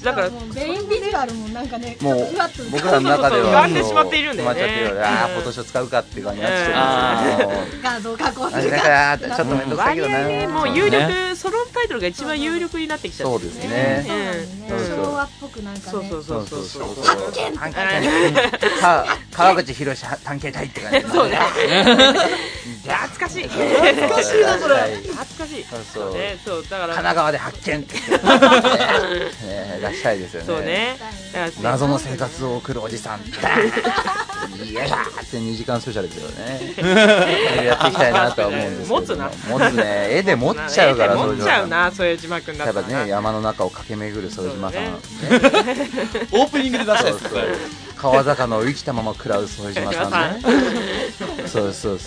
S6: だから
S4: もうベインビジュアルもなんかね
S2: もう
S4: ふわっと
S2: 僕らの中では
S6: そうそうそう歪んでしまっているんだよね
S2: 歪ちゃってるよああ
S6: うん
S2: 今年を使うかっていう感じになってきてるんですよ
S4: 画像加工
S2: あ
S4: す
S2: れ
S4: る
S2: だ
S4: か
S2: から
S4: ら
S2: ちょっと面倒くさいけ
S6: 割
S2: ど
S6: 合ね
S2: ね
S6: もう有力ソロタイトルが一番有力になってきちゃってる
S2: そうですね
S4: そうなんですね
S2: うん
S4: 昭和っぽくなんかね
S6: そうそうそうそうそう
S2: そう
S4: 発見
S2: 探検隊か川口博士探検隊って感じ
S6: そうね懐かしい懐
S2: かしいなそれ
S6: 懐かしい
S2: そう
S6: そ
S2: そうう
S6: ねそうだか
S2: 神
S6: ら
S2: 奈川で発 見ってね出したいですよね
S6: そうねだから
S2: 謎の生活を送るおじ さんダーンイエラーって2時間スペシャルですよね やっていきたいなとは思うんですけど
S6: 持つな
S2: 持つね絵で持っちゃうから
S6: 持っちゃう
S2: う
S6: なそういう字幕にな
S2: や
S6: っ
S2: ったぱ
S6: ら
S2: ね山の中を駆け巡る副島さん
S5: オープニングで出したい
S2: そう
S5: です。
S2: そう川魚を生きたまま食らう副島さ んねそうそうそう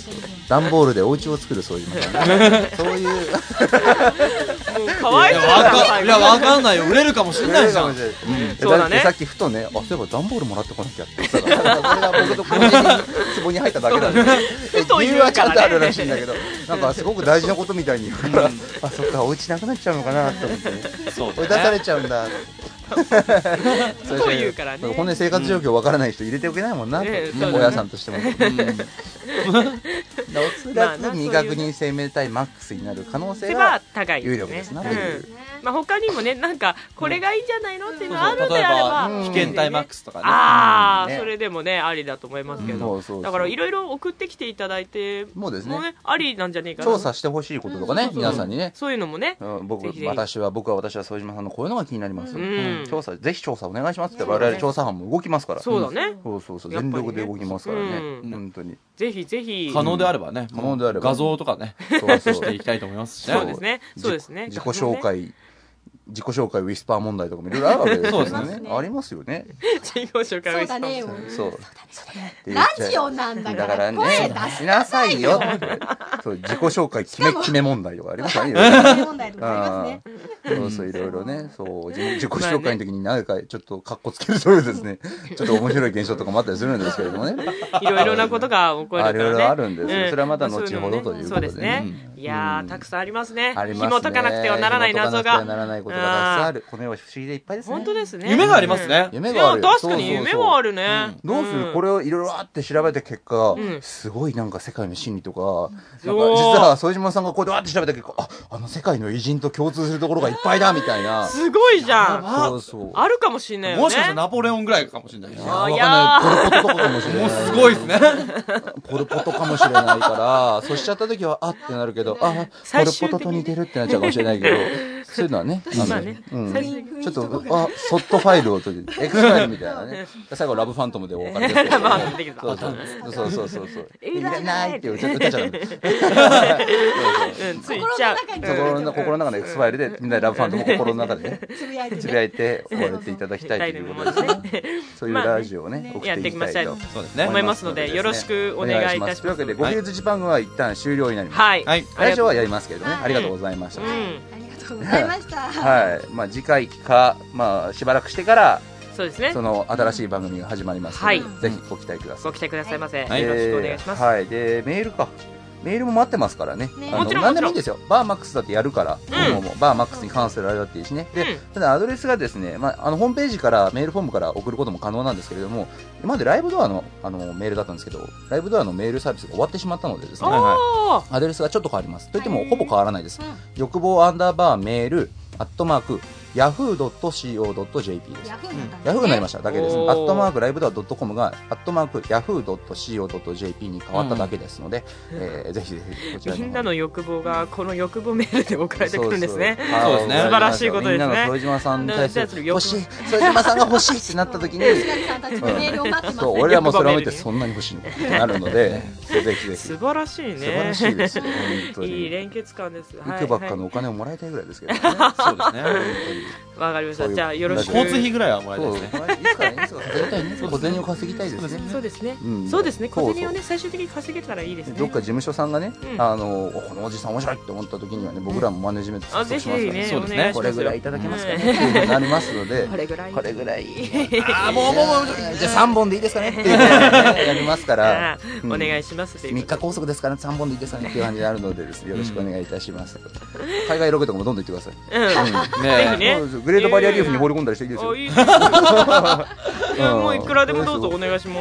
S2: 段ボールでお家を作る副島さん ねそういう
S6: もうかわい
S5: い
S6: そ
S5: や
S6: う
S5: わか
S6: だ
S5: んいやわかんないよ。売れるかもしれないじゃん。
S6: そうだね
S2: ってさっきふとね、あ、そういえば段ボールもらってこなきゃって 言ってたから、それが僕と同時に壺に入っただけなんで、え
S6: と
S2: 理
S6: 言
S2: 由
S6: うか
S2: はちゃ
S6: らね
S2: んとあるらしいんだけ ど、なんかすごく大事なことみたいに言うから、あ、そっか、お家なくなっちゃうのかなと思って、
S5: そう
S2: 追い出されちゃうんだ。
S6: と言うからね
S2: そ本音生活状況わからない人入れておけないもんな、
S6: ねそうだね
S2: 親さんとしても。おそら
S6: まあ
S2: く未確認生命体マックスになる可能性
S6: 手は
S2: が
S6: 高い
S2: 有力ですな。
S6: ねうんまあ、他にもねなんかこれがいいんじゃないのっていうのがある
S5: 例
S6: んで
S5: え
S6: あれ
S5: ば、
S6: ば
S5: 危険体マックスとかね。
S6: ああ、
S2: ね
S6: それでもねありだと思いますけど、
S2: うんそうそうそう
S6: だからいろいろ送ってきていただいて
S2: もうですね
S6: もうねありなんじゃねえかな
S2: 調査してほしいこととかね、皆さんにね。
S6: そういうのもね、
S2: うん、僕
S6: ぜひぜひ
S2: 私は僕は私は副島さんのこういうのが気になります、
S6: うん
S2: 調査ぜひ調査お願いしますって我々調査班も動きますから
S6: そうだね
S2: そうそうそう
S6: やっぱ
S2: 全
S6: りね
S2: 力で動きますからね
S6: うん
S2: 本当に
S6: ぜひぜひ
S5: 可能であればね。
S2: 可能であれば
S5: 画像とかね。
S2: そうそう
S5: していきたいと思いますしね。
S6: そうですね そうですね
S2: 自己紹介自己紹介ウィスパー問題とかもいろいろあるわけですよね
S5: そう
S4: ですね
S2: ありますよね
S6: 自己紹介を
S4: そう
S6: した
S4: だ
S6: んで
S4: ねよ。
S6: す
S2: そう
S4: ラジオなんだ
S2: だか
S4: か
S2: ら
S4: ら
S2: ね
S4: 声出し
S2: しなさいよそう自己紹介決め決め問題とかあります からね
S4: 問題とかありますね。
S2: そうそう、いろいろね、そう、自自己紹介の時に何かちょっと格好つけるというです ね、ちょっと面白い現象とかもあったりするんですけれどもね。
S6: いろいろなことが起こるから
S2: あ
S6: ね
S2: いろいろあるんですよ
S6: う
S2: それはまた後ほどということでね
S6: そうですね
S2: うん
S6: いやーたくさんありますね
S2: ありますね。
S6: 紐解かなくてはならない謎
S2: 紐解かなくてはな
S6: が
S2: らないことがたくさんある。この世は不思議でいっぱいですね。
S6: 本当ですね
S5: 夢がありますね
S6: うん
S2: 夢がある
S6: いや確かに
S2: そうそうそう
S6: 夢はあるね
S2: どうするこ
S6: れ
S2: れをいろいろあって調べた結果、
S6: ん
S2: すごいなんか世界の真理とか、
S6: う
S2: なん
S6: お
S2: か
S6: ー
S2: 実は副島さんがこうやってあって調べた結果、あ、あの世界の偉人と共通するところがいっぱいだ、みたいな。
S6: すごいじゃん
S2: そうそう。
S6: あるかもしれないよね
S5: もしかしたらナポレオンぐらいかもしれないし。
S6: あ
S2: わ
S6: いやー
S2: かんない。ポルポトとかか
S5: もう
S2: もしれない。
S5: すごいですね。
S2: ポルポトかもしれないから、そうしちゃった時は、あってなるけど、あ、ポ
S6: 最
S2: ル
S6: 終
S2: ポ
S6: 的に
S2: トと似てるってなっちゃうかもしれないけど、そういうのはね、あの
S6: まあね
S2: うん
S6: 最終的
S2: ちょっと、あ、そっとファイルを閉じて、X ファイルみたいなね。最後、ラブファントムでお別れですけど
S6: ラブファントムできた
S2: そうそうそうそうそう。
S6: い
S2: い
S6: らない
S2: らないって歌っちゃダメ。
S6: うんついちゃう
S4: 心
S2: 心
S4: の中に
S2: の心の中の X ファイルで、みんなでラブファントムを心の中でね、
S4: つぶやいてね
S2: つぶやいて終われていただきたいということですね。そういうラジオをね、送っていきたいと。
S5: そうですね。
S6: 思いますのでよろしくお願いいたします
S2: というわけで、ご利用ジパングは一旦終了になります。
S6: はい
S5: はい
S2: 来週はやりますけどね、
S4: はい
S2: ありがとうございました、
S6: う
S4: あ
S6: ん
S4: りがとうございました。
S2: はいまあ、次回か、まあ、しばらくしてから
S6: そうですね
S2: その新しい番組が始まりますので、
S6: はい
S2: ぜひご期待くださ
S6: ご
S2: い、
S6: 期待くださいませよ
S5: はい
S2: で
S6: ろしくお願いします
S2: はい、でメールかメールも待ってますからね
S4: ね
S2: あ
S6: も
S2: の
S6: ちろん
S2: 何でもい
S6: も
S2: い
S6: ちろん
S2: ですよバーマックスだってやるから、
S6: うん
S2: 今後もバーマックスに関するあれだっていいしねで、
S6: うん
S2: ただアドレスがですね、まあ、あのホームページからメールフォームから送ることも可能なんですけれども今までライブドアのあのメールだったんですけどライブドアのメールサービスが終わってしまったのでですね
S5: はいはい
S6: おー
S2: アドレスがちょっと変わります。といっても、
S4: はい
S2: ほぼ変わらないです。欲望アンダーバーメール、アットマーク、yahoo.co.jp です。
S4: ヤフーなんだね
S2: ヤフーになりましただけです。ア
S6: おー
S2: ットマークライブドア .com が、アットマーク yahoo.co.jp に変わっただけですので、えーぜひぜひこちら
S6: みんなの欲望がこの欲望メールで送られてくるんですね
S5: そうですね素
S6: 晴らしいことですね
S2: みんなの副島さんに対する
S6: じゃあそ
S2: 欲
S6: れ、
S2: し
S6: 欲
S2: い、副島さんが欲しいってなった 時に、
S4: 塚地さんたちのメールを待ってます。
S2: そう、俺らもそれを見てそんなに欲しいのかってなるので、そうぜひぜひ。
S6: 素
S2: 素
S6: 晴らしいね
S2: 晴らしいですよ、本当
S6: いい
S2: に。
S6: 連結感です
S2: ウケばっかの
S6: は
S2: お金をもらいたいぐらいですけどね。
S5: そうですね。
S6: いわかりまし
S2: そう
S6: た
S2: いう
S6: じゃあよろしく
S5: 交通費ぐらいはもらいたい
S2: そう
S5: で
S2: です
S5: ね。
S2: すね。いつからいつか稼ぎたいね。小銭を稼ぎたいですね。
S6: そうですね
S2: うん
S6: そうですね
S2: そうそう
S6: 小銭をね最終的に稼げたらいいですね
S2: どっか事務所さんがね、
S6: うん
S2: あのこのおじさん面白いって思った時にはね、僕らもマネジメント
S6: あ
S2: し
S6: ぜ
S2: ます
S6: ひぜひ
S2: ね。
S6: ね
S5: そう
S6: お
S5: ですね
S6: 願いし
S2: こ
S6: ま
S2: れ
S6: す
S2: ぐ
S6: よ
S2: らいいただけますかね
S6: う
S2: っ
S6: ん
S2: ていう のになりますので、
S6: これぐらい
S2: これぐらい
S5: ああ、もうもうもう。
S2: じゃあ三本でいいですかねっていうのを ねやりますから
S6: あ、ーお願いしますという
S2: 3
S6: こと
S2: 日拘束ですから三本でいいですかねっていう感じになるのでですねよろしくお願いいたします。海外ロケとかもどんどん行って ください。
S6: うん
S5: ねえ。
S6: ね
S2: そうですグレートバリアリーフに放り込んだりしていいですよ
S6: あ。いいですよいや
S2: うん
S6: もういくらでもどうぞお願いしま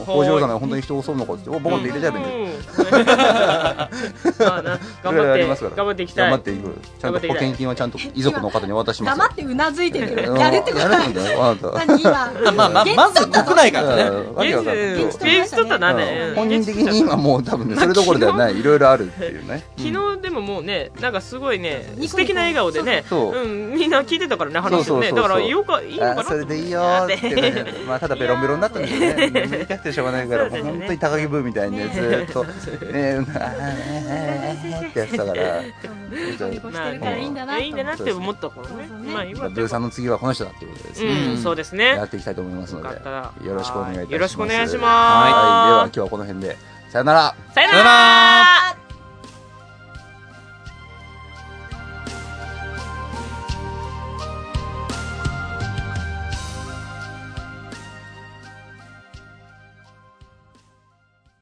S6: す
S2: 工場
S6: は
S2: さん
S6: い
S2: が本当に人を襲うのかって言って、おボンって入れちゃえばいいんだよ
S6: うん まあな頑張
S2: や
S6: っ
S2: り
S6: て
S2: ますから
S6: 頑張っていきたい
S2: 頑張っていくちゃんと保険金はちゃんと遺族の方に渡します
S4: 黙
S2: よ
S4: ってうなずいてるけ
S2: う
S4: ど、
S2: ん
S4: やるってこと
S2: や
S4: は
S2: るんだよあなた
S4: 何今、
S5: まあ、ま、まず国内からね。
S2: うんわけわかんない
S6: 現地ページ取ったらね、
S2: うん本人的に今もう多分ねそれどころではないいろいろあるっていうね
S6: 昨日でももうねなんかすごいね
S4: ニコニコ
S6: 素敵な笑顔でね
S2: そうそう
S6: うんみんな聞いてたからね
S2: そう
S6: 話
S2: そ
S6: を
S2: う
S6: ね
S2: そう
S6: だからよかいいのかな
S2: あそれでいいよーって感じだったまあただベロンベロンだったんですよね見たくてしょうがないからもう
S6: そうですね
S2: 本当に高木ブーみたいにねずーっとねうんあーあーあーってやってたから
S4: ニコニコしてるからいいんだなと
S6: いいんだなって思ったからね
S4: そうそうね
S6: まあよ
S2: ま
S6: か
S2: あ
S6: っ
S2: ブ
S6: た
S2: ーさんの次はこの人だっていうことですね
S6: うんそうですね
S2: やっていきたいと思いますので
S6: よかったら
S2: よろしくお願いいたします
S6: よろしくお願い
S2: はい
S6: します
S2: では今日はこの辺でさよなら
S6: さよなら